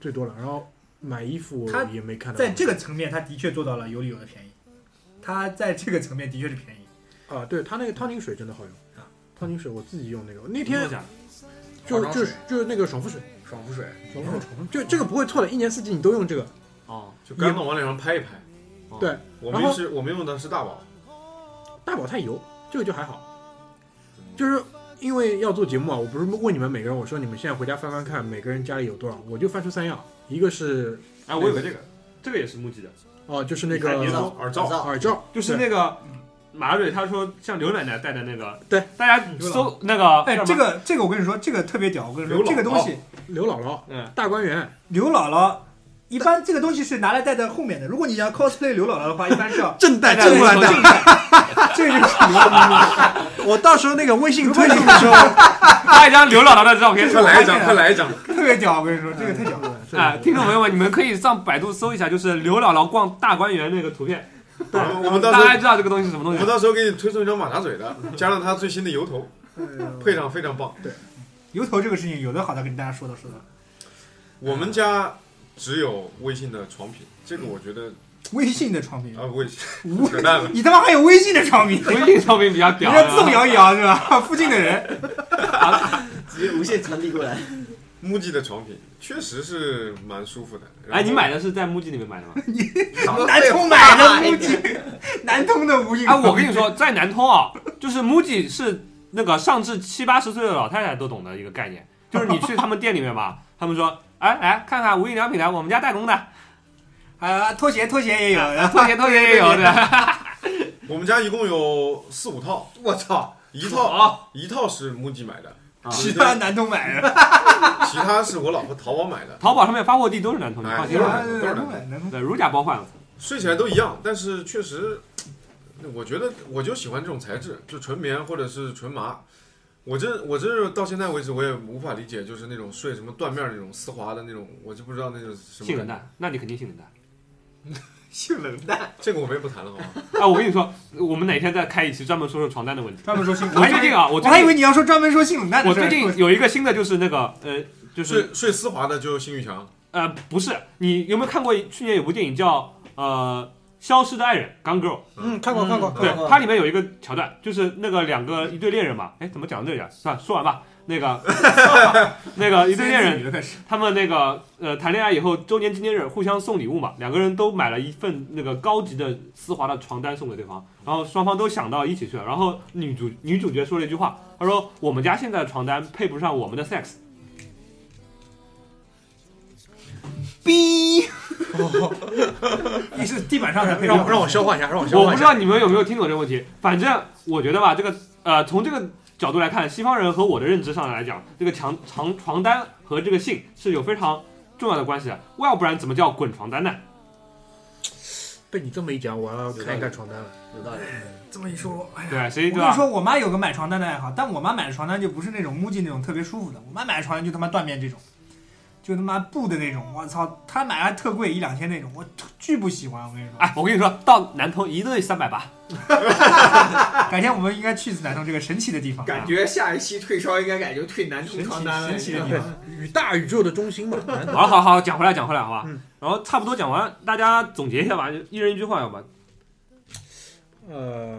最多了。然后买衣服
他
也没看到。
在这个层面，他的确做到了有理有的便宜。他在这个层面的确是便宜。
啊，对他那个汤宁水真的好用啊，汤宁水我自己用那个，那
听
天
讲，
就
化妆
就
水
就是那个爽肤水，
爽肤水，
爽肤水，就这个不会错的，一脸四季你都用这个。
哦，
就干嘛往脸上拍一拍。
对，
我
然
们
后
是我们用的是大宝，
大宝太油，这个就还好，就是。因为要做节目啊，我不是问你们每个人，我说你们现在回家翻翻看，每个人家里有多少，我就翻出三样，一个是
哎，我有个这个，这个也是木吉的，
哦、就是那
嗯
你
个
看耳罩
耳罩，
就是那个马瑞他说像刘奶奶戴的那个，
对，
大家搜那个，
哎，
叫什
这
么
个这个我跟你说，这个特别屌。我跟你说，
刘姥姥
这个东西，
刘姥姥，
嗯，
大观园，
刘姥姥一般这个东西是拿来戴在后面的。如果你要 cosplay 刘姥姥的话，一般是 要
正带
戴在
过来
后面
的。
这个就是刘姥姥。
我到时候那个微信推送的时候，
发一张刘姥姥的照片。
快来一
嗯
张，快来一张。
特别屌，我跟你说，这个太屌了。
啊，听众朋友们，你们可以上百度搜一下，就是刘姥姥逛大观园那个图片，
啊我们到
嗯大
时
家
候
知道这个东西是什么
我
东西
们
吗。
到时候给你推送一张马大嘴的，加上他最新的油头，
哎
配上非常棒。
油头这个事情，有的好的跟大家说道说道。
我们家只有微信的床品，这个我觉得
微信的
嗯
创品，
啊，我也
无
扯淡了。
你他妈还有微信的创品，
微信上面比较
你
屌啊，
要自动摇一摇是吧？附近的人，
直接无限传递过来。
木屐的床品确实是蛮舒服的。然后
哎，你买的是在木屐里面买的吗？
南通买的无印，南通的无印。
哎，我跟你说，在南通啊，就是 MUJI 是那个上至七八十岁的老太太都懂的一个概念，就是你去他们店里面吧， 他们说，哎，来看看无印良品来，我们家代工的，
啊，拖鞋拖鞋也有，然后
拖鞋拖鞋也有的，
我们家一共有四五套，
我操，
一
哦
套一套是木屐买的，
啊
其
啊
他南通买的，
其他是我老婆淘宝买的。
淘宝上面发货地都是南通，你放心
都是南
吧。
通
南通买的，南通。
对，如假包换了。
睡起来都一样，但是确实，我觉得我就喜欢这种材质，就纯棉或者是纯麻。我这我这到现在为止我也无法理解，就是那种睡什么缎面那种丝滑的那种，我就不知道那种什么。
性冷淡，那你肯定性冷淡。
性冷淡，
这个我们也不谈了，好 吗？
哎，我跟你说，我们哪天再开一期专门说说床单的问题。
专门说性冷
我
淡。
最近啊，我
我
最
还以
近
为你要说专门说性冷淡的
我
事儿
最近有一个新的，就是那个呃，就是
睡睡丝滑的就性欲强，
呃，不是，你有没有看过去年有部电影叫呃《消失的爱人》（Gone Girl）？
嗯，看过看过，
对
嗯，
它里面有一个桥段，就是那个两个一对恋人嘛，哎，怎么讲到这里啊？算了，说完吧。那 个那个一对恋人，
人
他们那个呃谈恋爱以后周年纪念日互相送礼物嘛，两个人都买了一份那个高级的丝滑的床单送给对方，然后双方都想到一起去了，然后女主女主角说了一句话，她说我们家现在的床单配不上我们的 sex，
逼，你是地板上才配
让我让我消化一下，让我消
我
化
不
一
知
下。
道你们有没有听懂这个问题，反正我觉得吧，这个呃，从这个角度来看，西方人和我的认知上来讲，这个墙床床单和这个性是有非常重要的关系的，要不然怎么叫滚床单呢？
被你这么一讲，我要看一看床单了。
有道理，
这么一说，哎呀。
对，谁对
我跟你
吧？
说，我妈有个买床单的爱好，但我妈买的床单就不是那种木屐那种特别舒服的，我妈买的床单就他妈缎面这种，就他妈布的那种，我操，她买还特贵一两千那种，我巨不喜欢。我跟你 说，
哎，我跟你说到南通一对三百八，
改天我们应该去一次南通这个神奇的地方。啊
感觉下一期退烧应该改就退南通床单了，
神
嗯
奇神奇的地方
与大宇宙的中 心嘛，难道
好了，好好讲回来，讲回来，好吧。
嗯
然后差不多讲完，大家总结一下吧，就一人一句话，要吧。
呃，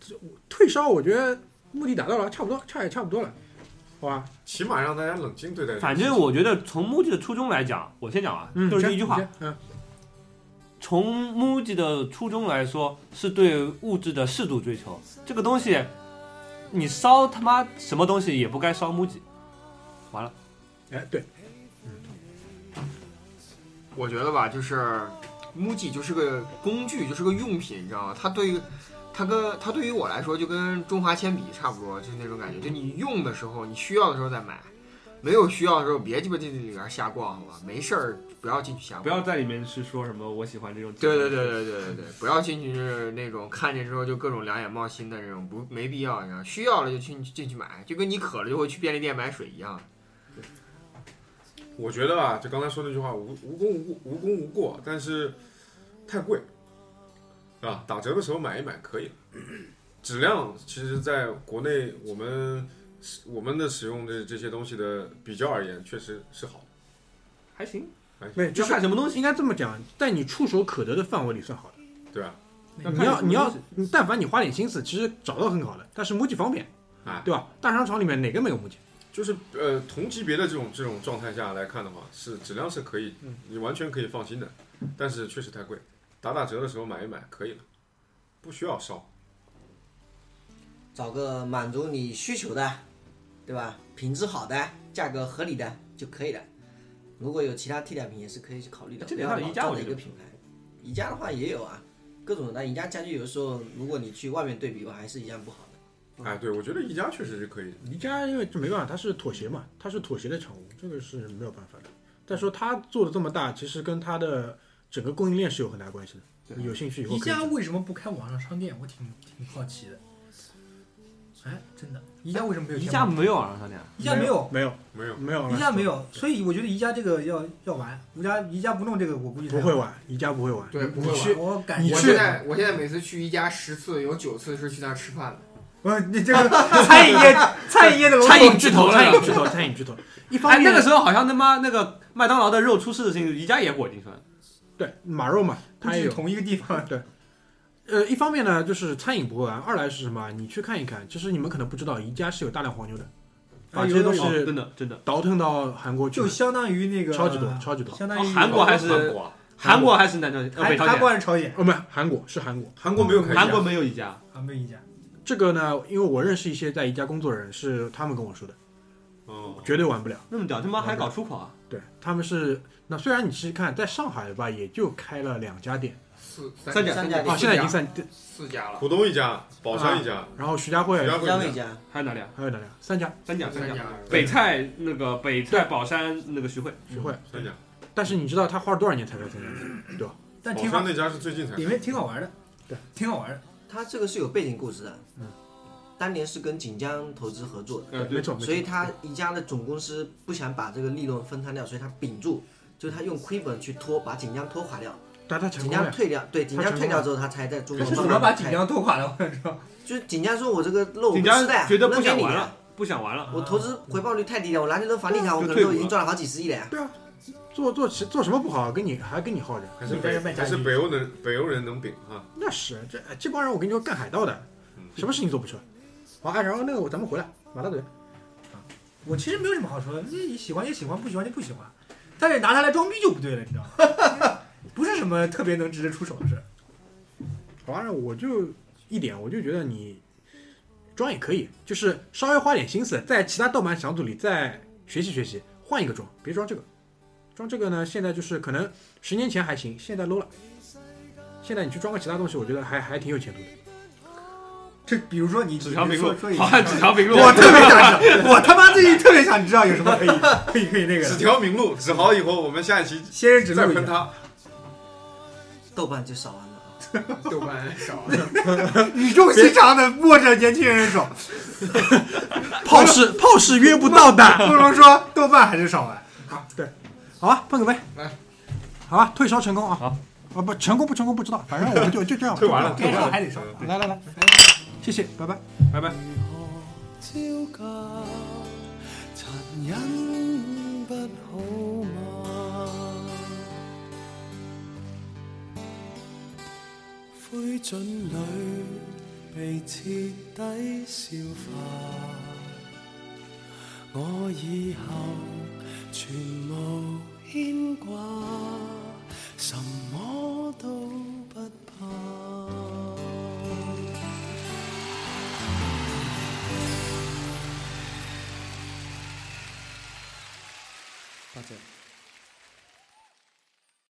这我退烧，我觉得目的达到了，差不多，差也差不多了，好吧？
起码让大家冷静对待这个
反
事情。
正我觉得从 MUJI 的初衷来讲，我先讲啊，
嗯，
就是
行
第一句话，，
你先嗯，
从 MUJI 的初衷来说，是对物质的适度追求。这个东西，你烧他妈什么东西也不该烧 MUJI。
哎，对，
我觉得吧，就是 MUJI 就是个工具，就是个用品，你知道吗？它对于它跟它对于我来说，就跟中华铅笔差不多，就是那种感觉。就你用的时候，你需要的时候再买，没有需要的时候别鸡巴进里边瞎逛，好吧？没事儿不要进去瞎逛。
在里面是说什么我喜欢这种
对对对对对对对，不要进去就是那种看见之后就各种两眼冒心的那种，不没必要，你知道？需要了就去进去买，就跟你渴了就会去便利店买水一样。
我觉得啊，就刚才说那句话，无无功无过无功无过，但是太贵，啊，打折的时候买一买可以了。质量其实在国内我们我们的使用的这些东西的比较而言，确实是好的。
还行。
对，就
要
是
看什么东西，
应该这么讲，在你触手可得的范围里算好的。
对啊，
要
你
看
要
什么
你要
东西，
你但凡你花点心思，其实找到很好的，但是母鸡方便
啊，
对吧？大商场里面哪个没有母鸡？
就是呃，同级别的这种这种状态下来看的话，是质量是可以，
嗯
你完全可以放心的。但是确实太贵，打打折的时候买一买可以了，不需要烧。
找个满足你需求的，对吧？品质好的，价格合理的就可以了。如果有其他替代品，也是可以去考虑
哎
的。
这
不
点
要
上宜
老
家
站
我
的一
觉
个
得
品牌，宜家的话也有啊，各种的。但宜家家具有的时候，如果你去外面对比吧，还是一样不好的。
嗯
哎，对，我觉得宜家确实是可以。
宜家因为这没办法，它是妥协嘛，它是妥协的产物，这个是没有办法的。再说它做的这么大，其实跟它的整个供应链是有很大关系的。有兴趣以后
宜
可以
家
讲。
为什么不开网上商店？我挺挺好奇的。哎，真的，宜家为什么没有
宜
开
家
网？
没有啊，商店。
宜家没有，
没有
没
嗯
有，
没有
宜家没有，所以我觉得宜家这个要要玩，宜家宜家不弄这个，我估计
不会玩，宜家不会玩。
对，不
会
会
玩
玩。
去
我感
你
觉
我
去
现在我现在每次去宜家十次有九次是去那儿吃饭的。
我 你这个餐饮业餐饮业的龙头
餐饮巨头
餐
了
饮巨头，餐饮巨头，一方
哎，
面
那个时候好像他妈那个麦当劳的肉出事的事情，宜家也裹进去了。
对马肉嘛，
估
它
计
也
是
有。
同一个地 方。
呃，一方面呢，就是餐饮不会玩；二来是什么？你去看一看，其实你们可能不知道，宜家是有大量黄牛的，把
啊
这些
有
东
有
西
哦，真的真的，
倒腾到韩国去
就
了，
相当于那个
超级多，超级多。
相当
哦
于
韩国还是
韩国啊，
韩国还是南朝鲜，呃，
韩
北朝
韩
鲜，
国还是朝鲜
哦，没有，韩国是韩国。
韩国没有开家
韩国没有一家，
啊？没有一家，
这个呢，因为我认识一些在宜家工作的人，是他们跟我说的，
哦，
绝对玩不了。
那么屌，他妈还搞出口啊！
对，他们是那虽然你其实看在上海吧，也就开了两家店，
四
三家
三
三
啊，
家，
现在已经三，
四家了，
浦东一家，宝山一家，
啊
然后徐家汇
徐家
胡
汇
家
一
卫
家，
家，
还有哪里啊？
还有哪两三家
三家，
三
家。
家，
北菜那个北菜宝山那个徐汇，
徐汇，
三家，
但是你知道他花了多少年才开三家店？
但
宝
挺
哦
好
山，那家是最近才
里面挺好玩的，
对，
挺好玩的。
他这个是有背景故事的。
嗯，
当年是跟锦江投资合作的，
呃，
没
对，
错，没错
所以他宜家的总公司不想把这个利润分摊掉，所以他屏住，就是他用亏本去拖，把锦江拖垮掉。
但他成
锦
功了
江
呀。
退掉，对，锦
他
江
成功
退掉
了
之后，他才在中
他
国
是怎么
慢
把
慢地
锦
开。
江拖垮的？我知道，
就是锦江说：“我这个肉我
锦
不
江
吃的呀，
觉得不
扔给
想
你
玩
了
了。，不想玩了，
我投资
啊
回报率太低了，我拿去扔房地产，我
就
可能
退
都
股
已经
了
赚了好几十亿了呀。
做做其做什么不好，跟你还跟你耗着。
还是
你在这卖
北
炸
还
鸡
是北欧人北欧人能饼哈，
那是这哎这帮人，我跟你说干海盗的
嗯，
什么事情做不出来。好啊，然后那个咱们回来，马大嘴，
我其实没有什么好说的，你喜欢就喜欢，不喜欢就不喜欢。但是拿它来装逼就不对了，你知道吗？ 不是什么特别能值得出手的事。
好啊，我就一点，我就觉得你装也可以，就是稍微花点心思，在其他盗版小组里再学习学习，换一个装，别装这个。装这个呢，现在就是可能十年前还行，现在 low 了。现在你去装个其他东西，我觉得还还挺有前途的。
这比如说你
纸条
比
评
如说
论
说一，
好汉纸条评论，
我特别想知道，我他妈最近特别想知道有什么可以可以可以那个
只
的。
条明路，只好以后我们下一期
仙人指
再
路一
喷
下，
他，
豆瓣就少玩了啊。
豆瓣少，
语重心长的握着年轻人的手，
炮是炮是约不到的。
不能说豆瓣还是少玩。
好吧，碰个杯，
来，
好吧，退烧成功啊！
好，
啊不， 成功不成功不知道，反正我们就就这样吧
退完了，
就
退
这
完了，
还得上
样来来来，谢谢，拜拜。
拜拜。
招架，殘忍不好嗎？灰烬裏被徹底消化，我以後全無牽掛，什麼都不怕。多謝。